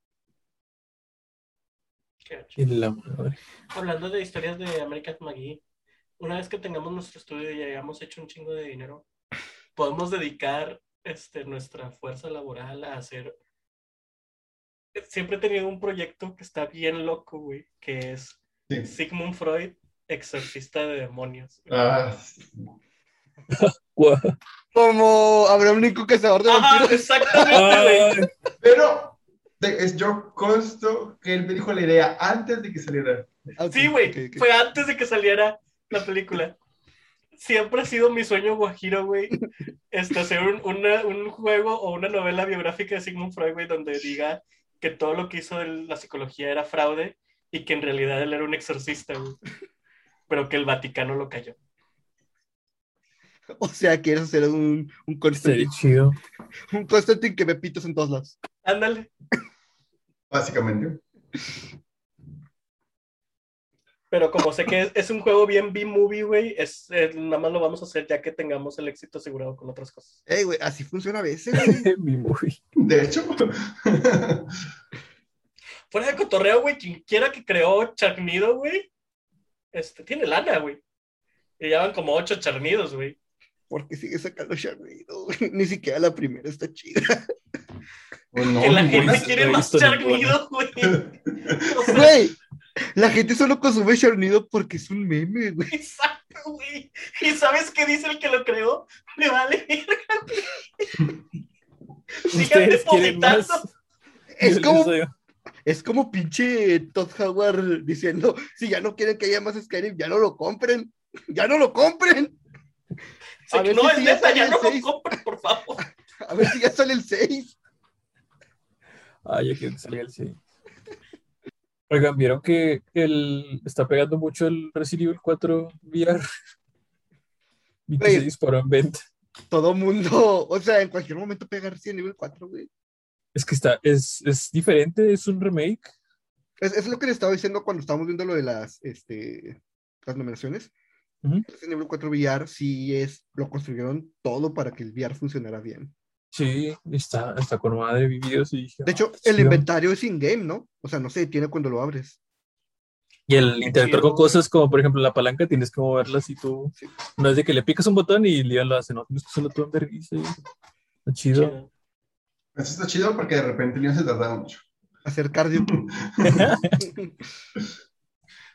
Speaker 4: Qué gacho.
Speaker 5: En la madre.
Speaker 4: Hablando de historias de American McGee, una vez que tengamos nuestro estudio y hayamos hecho un chingo de dinero, podemos dedicar este, nuestra fuerza laboral a hacer... Siempre he tenido un proyecto que está bien loco, güey, que es
Speaker 3: Sí.
Speaker 4: Sigmund Freud, exorcista de demonios.
Speaker 3: Ah,
Speaker 5: Guau.
Speaker 2: Como Abraham Lincoln cazador de
Speaker 4: Ajá,
Speaker 2: vampiros.
Speaker 4: exactamente, güey.
Speaker 5: Ay,
Speaker 3: pero te- es yo consto que él me dijo la idea antes de que saliera.
Speaker 2: Ah, ok,
Speaker 4: Sí, güey,
Speaker 2: ok, ok.
Speaker 4: fue antes de que saliera la película. Siempre ha sido mi sueño guajiro, güey, este, hacer un, una- un juego o una novela biográfica de Sigmund Freud, güey, donde diga que todo lo que hizo de la psicología era fraude y que en realidad él era un exorcista, güey. Pero que el Vaticano lo cayó.
Speaker 2: O sea, quieres hacer un, un Constantine
Speaker 5: estaría chido.
Speaker 2: Un Constantine que ve pitos en todos lados.
Speaker 4: Ándale.
Speaker 3: Básicamente.
Speaker 4: Pero como sé que es, es un juego bien B-movie, güey, es, eh, nada más lo vamos a hacer ya que tengamos el éxito asegurado con otras cosas.
Speaker 2: Ey, Eh, güey, así funciona a veces, güey.
Speaker 5: *laughs* Mi movie.
Speaker 3: De hecho, *laughs* pues
Speaker 4: Fuera de cotorreo, güey, quien quiera que creó Charnido, güey, este, tiene lana, güey. Y ya van como ocho charnidos, güey.
Speaker 2: Porque sigue sacando Sharknado, güey. Ni siquiera la primera está chida.
Speaker 3: pues no,
Speaker 4: que la
Speaker 3: ninguna.
Speaker 4: gente quiere
Speaker 5: no he
Speaker 4: más
Speaker 5: visto
Speaker 4: charnidos, güey. *laughs* O sea,
Speaker 2: Güey, la gente solo consume Sharknado porque es un meme, güey.
Speaker 4: exacto, güey. ¿Y sabes qué dice el que lo creó? Me vale verga, güey. Sigan
Speaker 5: ¿Ustedes quieren más?
Speaker 4: depositando.
Speaker 2: Es
Speaker 5: Yo les
Speaker 2: como,
Speaker 5: doy-
Speaker 2: es como pinche Todd Howard diciendo, si ya no quieren que haya más Skyrim, ya no lo compren. ¡Ya no lo compren!
Speaker 4: O sea,
Speaker 2: A
Speaker 4: que
Speaker 2: ver
Speaker 4: no,
Speaker 2: si
Speaker 4: es
Speaker 2: sí, ya
Speaker 4: neta, ya
Speaker 2: sale
Speaker 4: no
Speaker 2: el
Speaker 4: lo
Speaker 2: seis.
Speaker 4: compren, por favor.
Speaker 2: A ver si ya sale el 6.
Speaker 5: Ah, ya quiero que salga el 6. Oigan, ¿vieron que el, está pegando mucho el Resident Evil 4 VR? Y que
Speaker 2: Güey.
Speaker 5: se disparó en venta.
Speaker 2: Todo mundo, o sea, en cualquier momento pegar 100 nivel 4, güey.
Speaker 5: Es que está, es, es diferente, es un remake.
Speaker 2: Es, es lo que le estaba diciendo cuando estábamos viendo lo de las, este, las nominaciones.
Speaker 5: Ujú.
Speaker 2: Resident Evil 4 VR sí es, lo construyeron todo para que el VR funcionara bien.
Speaker 5: Sí, está, está con madre vi videos y dije,
Speaker 2: De hecho,
Speaker 5: "Ah,
Speaker 2: el
Speaker 5: chido".
Speaker 2: inventario es in-game, ¿no? O sea, no se detiene cuando lo abres.
Speaker 5: Y el interactuar
Speaker 4: chido,
Speaker 5: con cosas como, por ejemplo, la palanca, tienes que moverla si tú.
Speaker 2: Sí.
Speaker 5: No es de que le picas un botón y ya lo hace, no, tienes que solo tú en vergüenza. Está chido.
Speaker 3: Eso está chido porque de repente el niño se tardaba mucho.
Speaker 2: Hacer *laughs* cardio.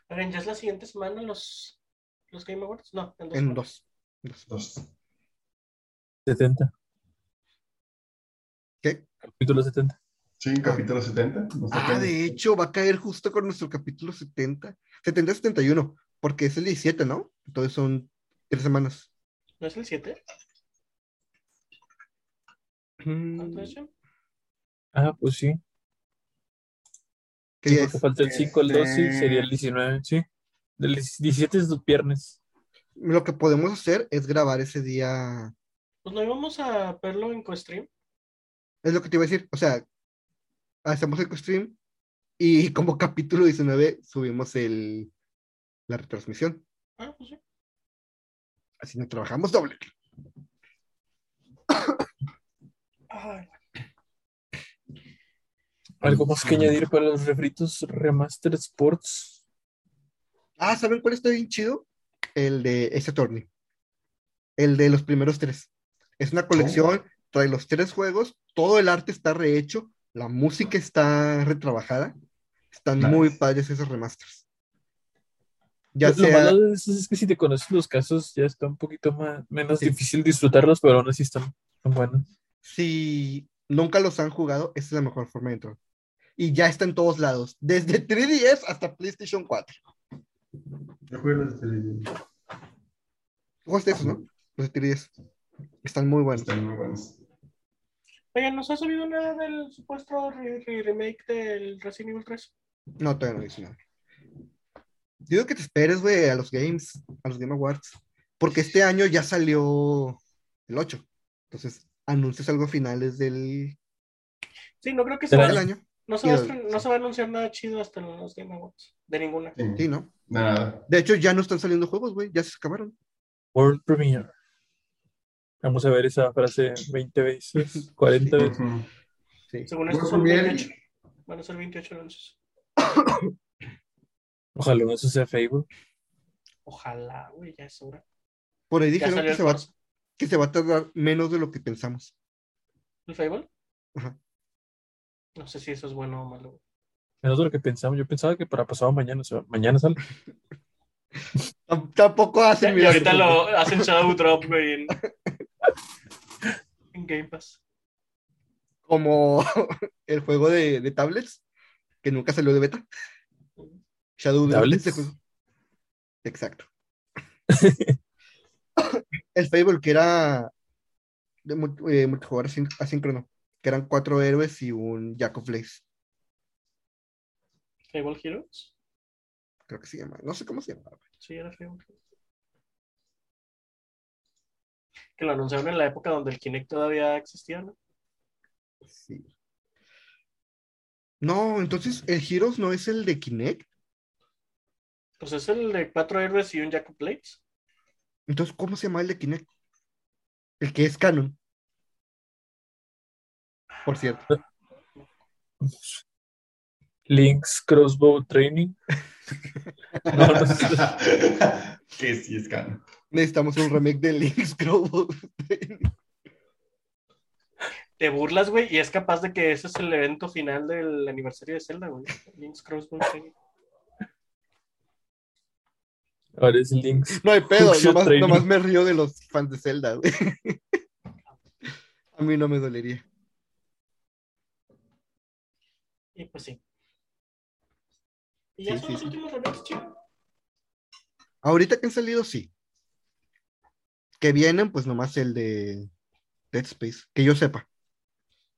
Speaker 4: Oigan, ya es la siguiente semana los, los Game Awards. No, en dos.
Speaker 2: en dos.
Speaker 4: semanas.
Speaker 2: Dos.
Speaker 3: Dos.
Speaker 5: 70.
Speaker 2: ¿Qué?
Speaker 5: Capítulo 70.
Speaker 3: Sí, capítulo 70. no sé
Speaker 2: Ah,
Speaker 3: qué.
Speaker 2: de hecho, va a caer justo con nuestro capítulo 70. 70-71, porque es el 17, ¿no? Entonces son tres semanas.
Speaker 4: ¿No es el 7? ¿Cuánto
Speaker 2: Mm,
Speaker 4: es, Jim?
Speaker 5: Ah, pues sí.
Speaker 2: ¿Qué día
Speaker 5: Porque
Speaker 2: es? eh,
Speaker 5: falta el 5, el 12 y
Speaker 3: Este-
Speaker 5: sería el 19, sí. El 17 es tu viernes.
Speaker 2: Lo que podemos hacer es grabar ese día.
Speaker 4: Pues no íbamos a verlo en co-stream.
Speaker 2: Es lo que te iba a decir. O sea, hacemos el stream y *laughs* como capítulo 19 subimos el, la retransmisión.
Speaker 4: Ah, pues sí.
Speaker 2: Así no trabajamos doble.
Speaker 4: Ay,
Speaker 5: Algo más que añadir para los refritos Remaster Sports.
Speaker 2: Ah, ¿saben cuál está bien chido? este
Speaker 5: Oh.
Speaker 2: El de ese torneo. El de los primeros tres. Es una colección trae los tres juegos, todo el arte está rehecho, la música está retrabajada, están
Speaker 3: Nice.
Speaker 2: muy padres esos remasters. Ya
Speaker 5: lo lo
Speaker 2: sea,
Speaker 5: malo de eso es que si te conoces los casos, ya está un poquito más, menos
Speaker 2: Sí.
Speaker 5: difícil disfrutarlos, pero aún así están tan buenos.
Speaker 2: si nunca los han jugado, esa es la mejor forma de entrar. Y ya está en todos lados, desde *laughs* 3DS hasta PlayStation 4.
Speaker 3: Yo jugué los de Television.
Speaker 2: Jugaste esos, ¿no? Los de 3DS. Están muy buenos.
Speaker 3: Están muy buenos.
Speaker 4: Oigan, ¿nos ha subido nada del supuesto re- re- remake del Resident Evil 3?
Speaker 2: No, todavía no dice nada. Digo que te esperes, güey, a los Games, a los Game Awards. Porque este año ya salió el 8. Entonces, anuncias algo a finales del,
Speaker 4: Sí, no creo que se
Speaker 5: Pero
Speaker 4: va,
Speaker 2: del año.
Speaker 4: no se va, a
Speaker 2: Dios.
Speaker 4: estren- no se va a anunciar nada chido hasta los Game Awards. De ninguna.
Speaker 3: Sí,
Speaker 2: Sí, ¿no?
Speaker 3: Nada.
Speaker 2: De hecho, ya no están saliendo juegos, güey. Ya se acabaron.
Speaker 5: World Premiere. Vamos a ver esa frase 20
Speaker 2: *laughs*
Speaker 5: veces, 40 veces.
Speaker 3: Ujú.
Speaker 2: Sí.
Speaker 4: Según esto
Speaker 3: Muy
Speaker 4: son
Speaker 3: bien.
Speaker 4: 28. Van a ser 28 anuncios.
Speaker 5: Ojalá no eso sea Facebook.
Speaker 4: Ojalá, güey, ya es hora.
Speaker 2: Por ahí
Speaker 4: Ya
Speaker 2: dijeron
Speaker 4: salió
Speaker 2: que
Speaker 4: el
Speaker 2: se, va,
Speaker 4: Forza.
Speaker 2: que se va a tardar menos de lo que pensamos.
Speaker 4: ¿El Fable?
Speaker 2: Ajá.
Speaker 4: No sé si eso es bueno o malo. güey.
Speaker 5: Menos de lo que pensamos. Yo pensaba que para pasado mañana, o sea, mañana sale.
Speaker 2: Tamp- Tampoco hacen.
Speaker 4: y
Speaker 2: mira,
Speaker 4: ahorita
Speaker 2: su-
Speaker 4: lo hacen Shadow Drop, güey,
Speaker 2: *laughs*
Speaker 4: en, en Game Pass.
Speaker 2: Como *laughs* el juego de, de tablets, que nunca salió de beta. Shadow Drop,
Speaker 5: ¿Tablets?
Speaker 2: ese juego. Exacto. el Fable, que era de mu- eh, multijugador asín- asíncrono, que eran cuatro héroes y un Jack of Lace,
Speaker 4: Fable Heroes.
Speaker 2: creo que se llama. No sé cómo se llama.
Speaker 4: Sí, era Fable Heroes. Que lo anunciaron en la época donde el Kinect todavía existía, ¿no?
Speaker 2: Sí. No, entonces el Heroes no es el de Kinect.
Speaker 4: Pues es el de cuatro héroes y un Jacob Blades.
Speaker 2: Entonces, ¿cómo se llama el de Kinect? El que es canon. Por cierto.
Speaker 5: Links Crossbow
Speaker 2: *laughs*
Speaker 5: Training. No, no sé.
Speaker 3: que *laughs* sí es cano.
Speaker 2: Necesitamos un remake de Link's Crow.
Speaker 4: Te burlas, güey, y es capaz de que ese es el evento final del aniversario de Zelda, güey. Link's Crossbow. Training.
Speaker 5: Ahora es Links.
Speaker 2: *laughs* No hay pedo,
Speaker 5: Hookshot
Speaker 2: nomás,
Speaker 5: Training.
Speaker 2: nomás me río de los fans de Zelda, güey. *laughs* A mí no me dolería.
Speaker 4: Y pues sí. Y ya
Speaker 2: Sí,
Speaker 4: son
Speaker 2: sí,
Speaker 4: los
Speaker 2: sí.
Speaker 4: últimos remakes, chido.
Speaker 2: Ahorita que han salido, sí. Que vienen, pues nomás el de Dead Space, que yo sepa.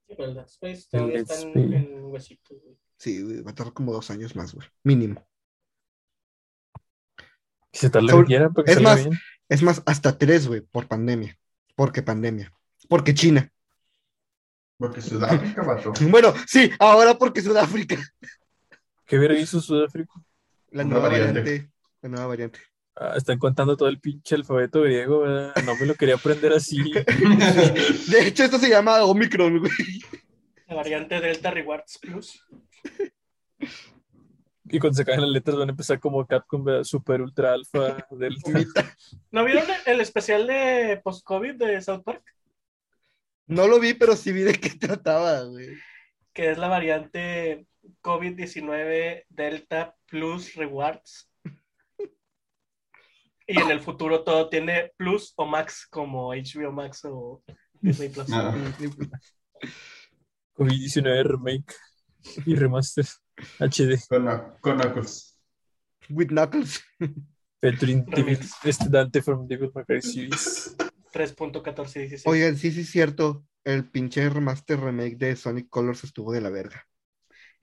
Speaker 4: Sí, pero el Dead Space todavía
Speaker 5: Dead
Speaker 4: está en-
Speaker 5: Space.
Speaker 4: en huesitos, güey.
Speaker 2: Sí, güey, va a tardar como dos años más, güey. Mínimo.
Speaker 5: Que se tarde lo
Speaker 2: Sobre-
Speaker 5: que quiera para que
Speaker 2: es
Speaker 5: salga
Speaker 2: más,
Speaker 5: bien.
Speaker 2: Es más, hasta tres, güey, por pandemia. Porque pandemia. Porque China.
Speaker 3: Porque Sudáfrica mató.
Speaker 2: Bueno, sí, ahora porque Sudáfrica.
Speaker 5: ¿Qué hubiera visto Sudáfrica?
Speaker 2: La
Speaker 3: Una
Speaker 2: nueva
Speaker 3: variante.
Speaker 2: variante. La nueva variante.
Speaker 5: Ah, están contando todo el pinche alfabeto griego, ¿verdad? No me lo quería aprender
Speaker 2: *laughs*
Speaker 5: así.
Speaker 2: De hecho, esto se llama Omicron, güey.
Speaker 4: La variante Delta Rewards Plus.
Speaker 5: Y cuando se caen las letras van a empezar como Capcom, ¿verdad? Super, Ultra, Alfa, Delta.
Speaker 4: ¿No vieron el especial de post-COVID de South Park?
Speaker 2: No lo vi, pero sí vi de qué trataba, güey.
Speaker 4: Que es la variante COVID-19 Delta Plus Rewards. Y en el futuro todo tiene Plus o Max, como HBO Max o Disney Plus.
Speaker 3: Nada.
Speaker 5: COVID-19 Remake y Remaster HD.
Speaker 3: Con, con Knuckles.
Speaker 2: With Knuckles.
Speaker 5: Featuring
Speaker 4: Remix.
Speaker 5: Devil- este Dante from Devil May Cry series.
Speaker 4: 3.1416.
Speaker 2: Oigan, sí, sí, es cierto. El pinche remaster remake de Sonic Colors estuvo de la verga.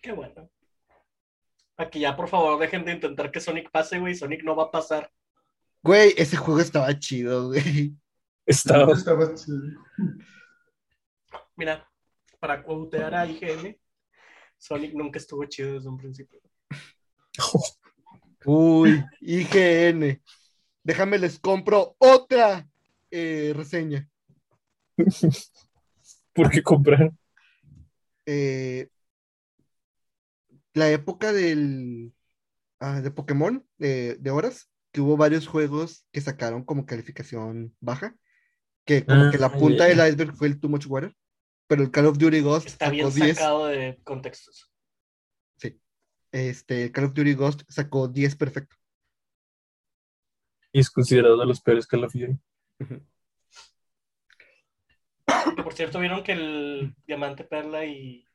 Speaker 4: Qué bueno. Aquí ya, por favor, dejen de intentar que Sonic pase, güey. Sonic no va a pasar.
Speaker 2: Güey, ese juego estaba chido, güey.
Speaker 5: Estaba *laughs*
Speaker 3: Estaba chido.
Speaker 4: Mira, para cuotear a IGN, Sonic nunca estuvo chido desde un principio.
Speaker 2: Uy, IGN. Déjame les compro otra eh, reseña.
Speaker 5: por qué comprar.
Speaker 2: Eh, la época del ah, de Pokémon de, de horas, que hubo varios juegos que sacaron como calificación baja, que como
Speaker 5: Ah,
Speaker 2: que la
Speaker 5: ya,
Speaker 2: punta
Speaker 5: ya.
Speaker 2: del iceberg fue el Too Much Water, pero el Call of Duty Ghost
Speaker 4: Está bien
Speaker 2: sacó 10,
Speaker 4: sacado de contextos.
Speaker 2: este, el Call of Duty Ghost sacó 10 perfecto.
Speaker 5: Y es considerado de los peores Call of Duty.
Speaker 4: Que, por cierto, vieron que el diamante, perla y.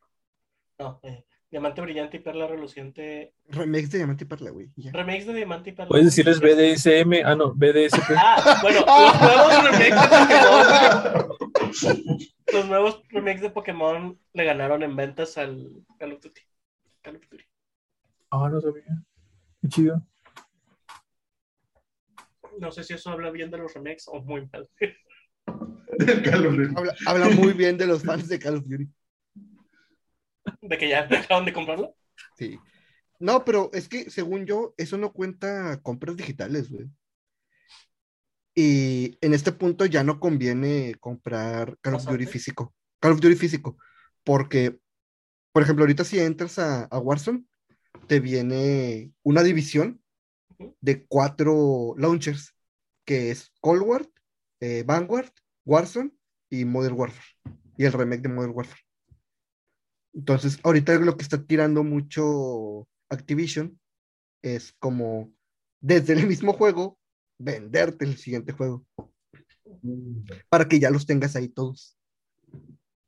Speaker 4: No, eh, diamante brillante y perla reluciente.
Speaker 2: Remakes de Diamante y Perla, güey. y ya.
Speaker 4: Remakes de diamante y perla.
Speaker 5: Puedes decirles BDSM, ah, no, BDSP.
Speaker 4: Ah,
Speaker 3: *laughs*
Speaker 4: bueno, los nuevos remakes de Pokémon. Los nuevos remakes de Pokémon le ganaron en ventas al Call of Duty. Call of Duty.
Speaker 5: Ah, no sabía. Qué chido.
Speaker 4: No sé si eso habla bien de los remakes o muy mal. *laughs*
Speaker 3: Del calor.
Speaker 2: Habla, habla muy bien de los fans de Call of Duty.
Speaker 4: De que ya dejaron de comprarlo.
Speaker 2: Sí. No, pero es que según yo, eso no cuenta compras digitales, güey. Y en este punto ya no conviene comprar Call of Duty
Speaker 4: Bastante.
Speaker 2: físico. Call of Duty físico. Porque, por ejemplo, ahorita si entras a, a Warzone, te viene una división
Speaker 4: Ujú.
Speaker 2: de cuatro launchers, que es Cold War, eh, Vanguard, Warzone y Modern Warfare. Y el remake de Modern Warfare. Entonces, ahorita lo que está tirando mucho Activision es como desde el *laughs* mismo juego venderte el siguiente juego para que ya los tengas ahí todos.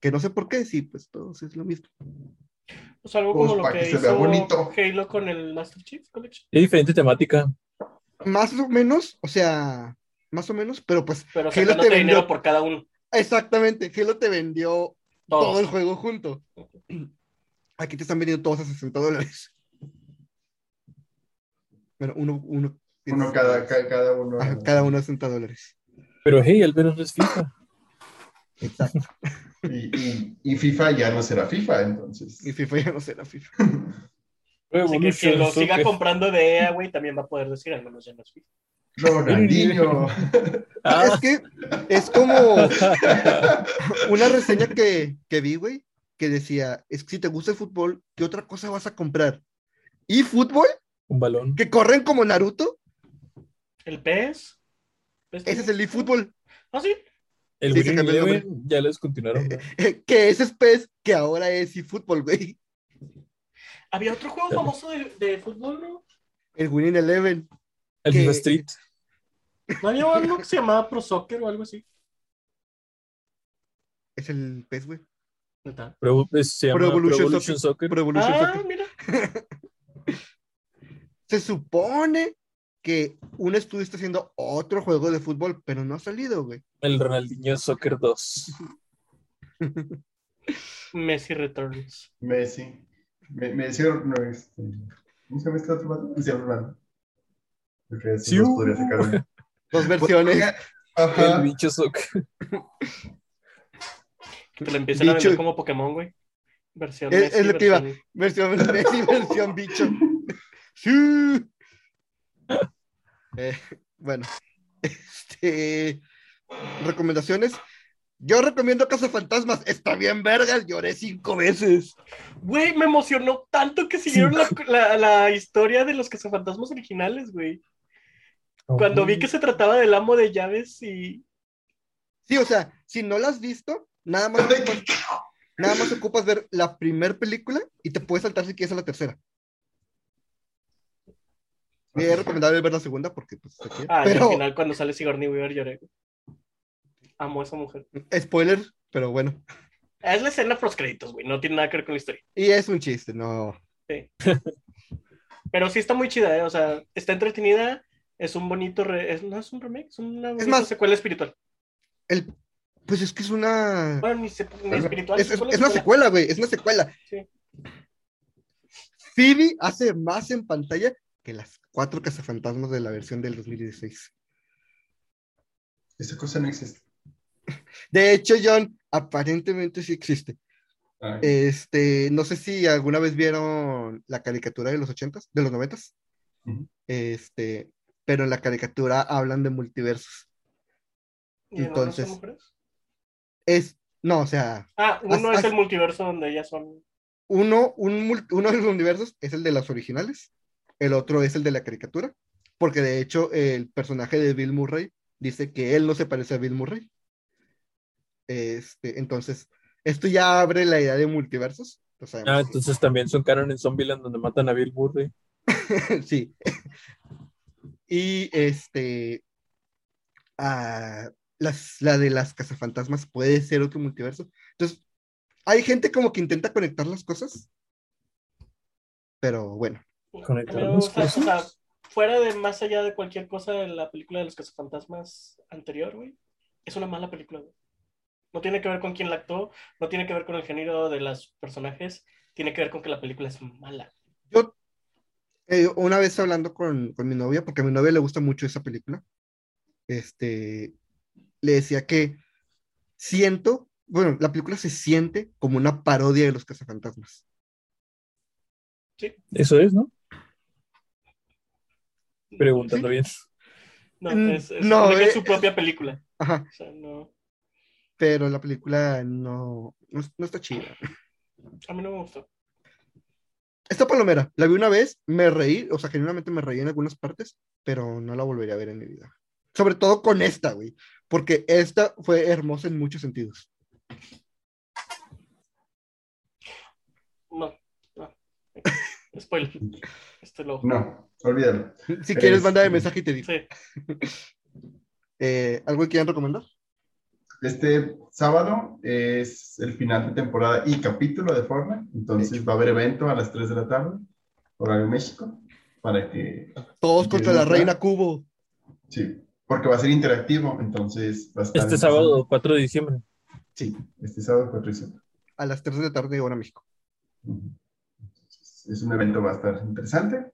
Speaker 2: Que no sé por qué, sí, pues todos es lo mismo.
Speaker 4: O sea, algo
Speaker 3: Pues,
Speaker 4: como lo
Speaker 3: para
Speaker 4: que,
Speaker 3: que se
Speaker 4: hizo
Speaker 3: vea bonito.
Speaker 4: Halo con el Master Chief Collection.
Speaker 5: Es diferente temática.
Speaker 2: Más o menos, o sea, más o menos, pero pues
Speaker 4: Pero
Speaker 2: Halo
Speaker 4: sacándote
Speaker 2: te vendió-
Speaker 4: dinero por cada uno.
Speaker 2: exactamente, Halo te vendió todo
Speaker 4: Todos.
Speaker 2: el juego junto. *clears throat* Aquí te están vendiendo todos a 60 dólares. Bueno, uno, uno,
Speaker 3: Uno cada, ca- cada uno.
Speaker 2: Ajá, Ah, cada uno a 60 dólares.
Speaker 5: Pero hey, al menos no es FIFA.
Speaker 2: Exacto.
Speaker 3: Y, y- y FIFA ya no será FIFA, entonces.
Speaker 2: Y FIFA ya no será FIFA.
Speaker 4: Así que quien lo siga
Speaker 5: Soccer.
Speaker 4: comprando de EA, güey, también va a poder decir, al menos ya no es FIFA.
Speaker 3: Ronaldinho. *laughs*
Speaker 5: Ah,
Speaker 2: Es que es como una reseña que, que vi, güey, que decía, es que si te gusta el fútbol, ¿qué otra cosa vas a comprar? ¿Y fútbol?
Speaker 5: un balón.
Speaker 2: ¿Que corren como Naruto?
Speaker 4: ¿El PES? ¿PES
Speaker 2: Ese es el eFootball.
Speaker 4: Ah, sí.
Speaker 5: El
Speaker 2: Sí, se
Speaker 5: Winning
Speaker 2: cambió el nombre.
Speaker 5: Eleven ya les continuaron. ¿no?
Speaker 2: Eh, Que ese es PES, que ahora es eFootball, güey.
Speaker 4: Había otro juego
Speaker 5: Dale.
Speaker 4: famoso de, de fútbol, ¿no?
Speaker 2: El Winning Eleven.
Speaker 5: El
Speaker 2: que-
Speaker 5: FIFA Street.
Speaker 4: ¿No había algo que se llamaba Pro Soccer o algo así?
Speaker 2: Es el PES, güey.
Speaker 4: Neta.
Speaker 5: Pro, es- se llama
Speaker 2: Pro
Speaker 5: Pro
Speaker 2: Evolution
Speaker 5: Evolution,
Speaker 2: Soccer.
Speaker 5: Soccer.
Speaker 2: Pro Evolution
Speaker 4: Ah,
Speaker 2: Soccer.
Speaker 4: mira.
Speaker 2: Se supone que un estudio está haciendo otro juego de fútbol, pero no ha salido, güey.
Speaker 5: El Ronaldinho Soccer 2.
Speaker 4: Messi Returns.
Speaker 3: Messi. Me, me decía, no, este, ¿cómo se llama este otro vato? Cristiano Ronaldo. Porque así
Speaker 5: Sí,
Speaker 3: los
Speaker 5: uh.
Speaker 3: podría sacar hoy.
Speaker 2: Dos
Speaker 3: *laughs*
Speaker 2: versiones.
Speaker 5: El
Speaker 3: Ajá.
Speaker 5: bicho Soccer.
Speaker 4: Que te lo empiezan a
Speaker 2: Dicho-
Speaker 4: vender como Pokémon, güey. Versión
Speaker 2: Es-
Speaker 4: Messi,
Speaker 2: es lo que iba.
Speaker 4: versión-
Speaker 2: Versión Messi, versión bicho. Sí. Eh, bueno, este, recomendaciones. Yo recomiendo Casa Fantasmas. Está bien, vergas. Lloré cinco veces.
Speaker 4: Güey, me emocionó tanto que siguieron la, la, la historia de los cazafantasmas originales, güey. Cuando vi que se trataba del amo de llaves y...
Speaker 2: Sí, o sea, si no la has visto, nada más ocupas, nada más ocupas ver la primera película y te puedes saltar si quieres a la tercera. Y es recomendable ver la segunda porque, pues, está chida.
Speaker 4: Ah, y al
Speaker 2: pero,
Speaker 4: final cuando sale Sigourney Weaver lloré. Amo a esa mujer.
Speaker 2: spoiler, pero bueno.
Speaker 4: Es la escena post créditos, güey. No tiene nada que ver con la historia.
Speaker 2: Y es un chiste, no.
Speaker 4: Pero sí está muy chida, ¿eh? O sea, está entretenida. Es un bonito... re- es- no es un remake, es una bonita
Speaker 2: más-
Speaker 4: secuela espiritual.
Speaker 2: El- Pues es que es una.
Speaker 4: Bueno, ni, se- ni espiritual.
Speaker 2: es, es-
Speaker 4: solo
Speaker 2: es una
Speaker 4: secuela.
Speaker 2: secuela, güey. Es una secuela.
Speaker 4: Sí.
Speaker 2: Phoebe hace más en pantalla que las cuatro cazafantasmas de la versión del 2016.
Speaker 3: Esa cosa no existe.
Speaker 2: De hecho, John, aparentemente sí existe.
Speaker 3: Ay.
Speaker 2: Este, no sé si alguna vez vieron la caricatura de los 80s, de los 90s.
Speaker 3: Ujú.
Speaker 2: Este, pero en la caricatura hablan de multiversos.
Speaker 4: ¿Y en otras
Speaker 2: entonces.
Speaker 4: son mujeres?
Speaker 2: Es, no, o sea,
Speaker 4: Ah, uno
Speaker 2: Haz-
Speaker 4: es el
Speaker 2: haz-
Speaker 4: multiverso donde ellas son...
Speaker 2: uno, un mul- uno de los universos es el de las originales, el otro es el de la caricatura, porque de hecho el personaje de Bill Murray dice que él no se parece a Bill Murray, Este, entonces, esto ya abre la idea de multiversos. lo sabemos.
Speaker 5: Ah, entonces también son Canon en Zombieland donde matan a Bill Murray.
Speaker 2: *laughs* sí. Y este. ah, las, la de las cazafantasmas puede ser otro multiverso. Entonces, hay gente como que intenta conectar las cosas. Pero bueno,
Speaker 5: Conectar
Speaker 4: Pero,
Speaker 5: las
Speaker 4: o sea, o
Speaker 5: cosas.
Speaker 4: sea, fuera de más allá de cualquier cosa de la película de los cazafantasmas anterior, güey, es una mala película, güey. No tiene que ver con quién la actuó, no tiene que ver con el género de los personajes, tiene que ver con que la película es mala.
Speaker 2: yo. eh, una vez hablando con, con mi novia, porque a mi novia le gusta mucho esa película, este, le decía que siento, bueno, la película se siente como una parodia de los cazafantasmas.
Speaker 5: Eso es, ¿no? Preguntando bien.
Speaker 4: No,
Speaker 2: Mm,
Speaker 4: es, es-
Speaker 2: no,
Speaker 4: es
Speaker 2: eh,
Speaker 4: su propia película.
Speaker 2: Ajá,
Speaker 4: O sea, no,
Speaker 2: pero la película no, no, no está chida.
Speaker 4: a mí no me gustó.
Speaker 2: Esta palomera, la vi una vez, me reí, o sea, genuinamente me reí en algunas partes, pero no la volvería a ver en mi vida. Sobre todo con esta, güey, porque esta fue hermosa en muchos sentidos.
Speaker 4: No, no. Spoiler. Este lo.
Speaker 3: No, olvídalo.
Speaker 2: Si quieres,
Speaker 3: Este-
Speaker 2: mandar el mensaje y te digo.
Speaker 4: Sí.
Speaker 2: Eh, ¿Algo que quieran recomendar?
Speaker 3: Este sábado es el final de temporada y capítulo de Fortnite. Entonces va a haber evento a las 3 de la tarde, horario México, para que.
Speaker 2: Todos contra la
Speaker 3: ¿Quieres
Speaker 2: reina
Speaker 3: mandar?
Speaker 2: Cubo.
Speaker 3: Sí, porque va a ser interactivo. Entonces va a estar.
Speaker 5: Este sábado, 4 de diciembre.
Speaker 3: Sí, este sábado 4 y 5.
Speaker 2: A las 3 de la tarde, hora México.
Speaker 3: Es un evento bastante interesante.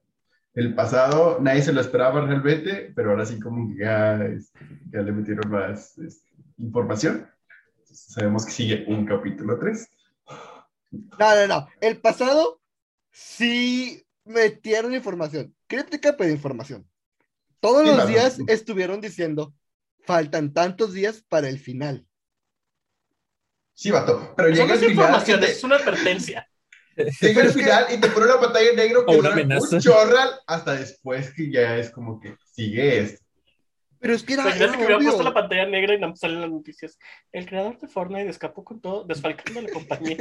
Speaker 3: El pasado nadie se lo esperaba realmente, pero ahora sí como que ya, este, ya le metieron más este, información. Sabemos que sigue un capítulo 3.
Speaker 2: No, no, no. El pasado sí metieron información. Crítica, pero información. Todos
Speaker 3: Sí,
Speaker 2: los
Speaker 3: claro.
Speaker 2: días estuvieron diciendo, faltan tantos días para el final.
Speaker 3: Sí, vato. Pero
Speaker 4: Eso no
Speaker 3: llega el
Speaker 4: es
Speaker 3: final. y
Speaker 4: información,
Speaker 3: te-
Speaker 4: es una advertencia.
Speaker 3: Llega
Speaker 2: Pero
Speaker 3: el
Speaker 2: es que-
Speaker 3: final y te pone una pantalla en negro
Speaker 5: O
Speaker 3: que
Speaker 5: una
Speaker 3: dura
Speaker 5: amenaza.
Speaker 3: un chorral hasta después que ya es como que sigue esto.
Speaker 2: Pero es que
Speaker 4: O
Speaker 2: era,
Speaker 4: sea, fíjate
Speaker 2: era
Speaker 4: que hubiera
Speaker 2: obvio.
Speaker 4: puesto la pantalla negra y no me salen las noticias. El creador de Fortnite escapó con todo, desfalcando a la
Speaker 5: *laughs*
Speaker 4: compañía.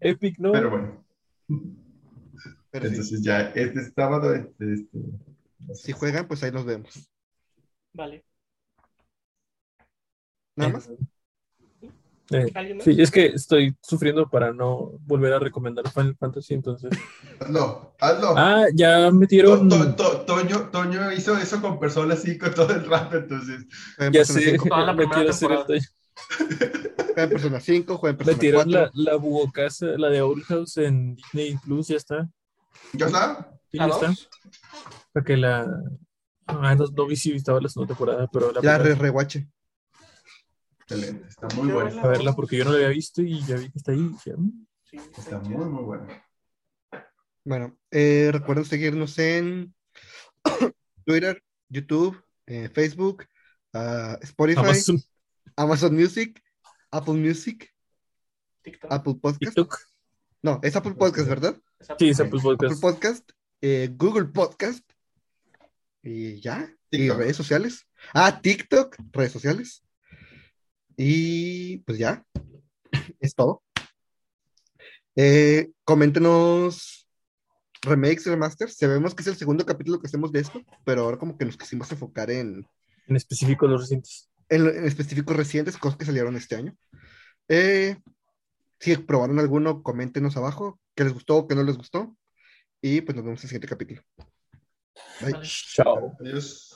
Speaker 5: Epic, ¿no?
Speaker 3: Pero bueno,
Speaker 2: Pero sí.
Speaker 3: entonces ya este sábado, este, este,
Speaker 2: Si juegan, pues ahí nos vemos.
Speaker 4: Vale.
Speaker 2: Nada más.
Speaker 5: Eh,
Speaker 4: ¿Alguien más?
Speaker 5: sí, es que estoy sufriendo para no volver a recomendar Final Fantasy,
Speaker 2: *laughs*
Speaker 5: entonces.
Speaker 3: hazlo, hazlo.
Speaker 5: Ah, ya
Speaker 3: To-
Speaker 5: metieron.
Speaker 3: to- to- Toño, Toño hizo eso con Persona 5 todo el rato, entonces.
Speaker 2: Jueguen
Speaker 5: Ya
Speaker 2: Persona
Speaker 5: sé,
Speaker 2: 5,
Speaker 4: Toda la
Speaker 5: no
Speaker 4: primera
Speaker 5: quiero hacer
Speaker 4: temporada.
Speaker 2: *laughs*
Speaker 5: esto.
Speaker 2: jueguen Persona 5, jueguen Persona
Speaker 5: Metieron
Speaker 2: 4.
Speaker 5: la, la bubocaza, la de Owl House en Disney Plus, ya está.
Speaker 3: ¿Ya está?
Speaker 5: Sí,
Speaker 4: ¿La
Speaker 5: ya está.
Speaker 4: dos?
Speaker 5: Para que la. Ah, no, no vi si estaba la segunda temporada, pero la
Speaker 2: Ya
Speaker 5: primera-
Speaker 2: re reguache.
Speaker 3: Excelente, está muy bueno.
Speaker 5: a verla porque yo no la había visto y ya vi que está ahí. y dije, "Mm".
Speaker 4: Sí, está
Speaker 3: Está
Speaker 4: chido.
Speaker 3: muy, muy bueno.
Speaker 2: Bueno, eh, recuerden seguirnos en *coughs* Twitter, YouTube, eh, Facebook, ah, Spotify, Amazon.
Speaker 5: Amazon,
Speaker 2: Music, Apple Music,
Speaker 4: TikTok.
Speaker 3: Ah,
Speaker 2: Apple Podcast.
Speaker 5: TikTok.
Speaker 2: No, es Apple Podcast, ¿verdad?
Speaker 4: Esa-
Speaker 5: Sí, es Apple
Speaker 2: Apple
Speaker 5: Podcast.
Speaker 2: Podcast, eh, Google Podcast. Y ya. Y
Speaker 3: TikTok.
Speaker 2: redes sociales. Ah, TikTok, redes sociales. Y pues ya. Es todo. Eh, coméntenos remakes y remasters. Sabemos que es el segundo capítulo que hacemos de esto, pero ahora como que nos quisimos enfocar en,
Speaker 5: En específico los recientes.
Speaker 2: en, en específicos recientes, cosas que salieron este año. Eh, si probaron alguno, coméntenos abajo qué les gustó, qué no les gustó. Y pues nos vemos en el siguiente capítulo. Bye.
Speaker 4: Vale.
Speaker 5: Chao.
Speaker 3: Adiós.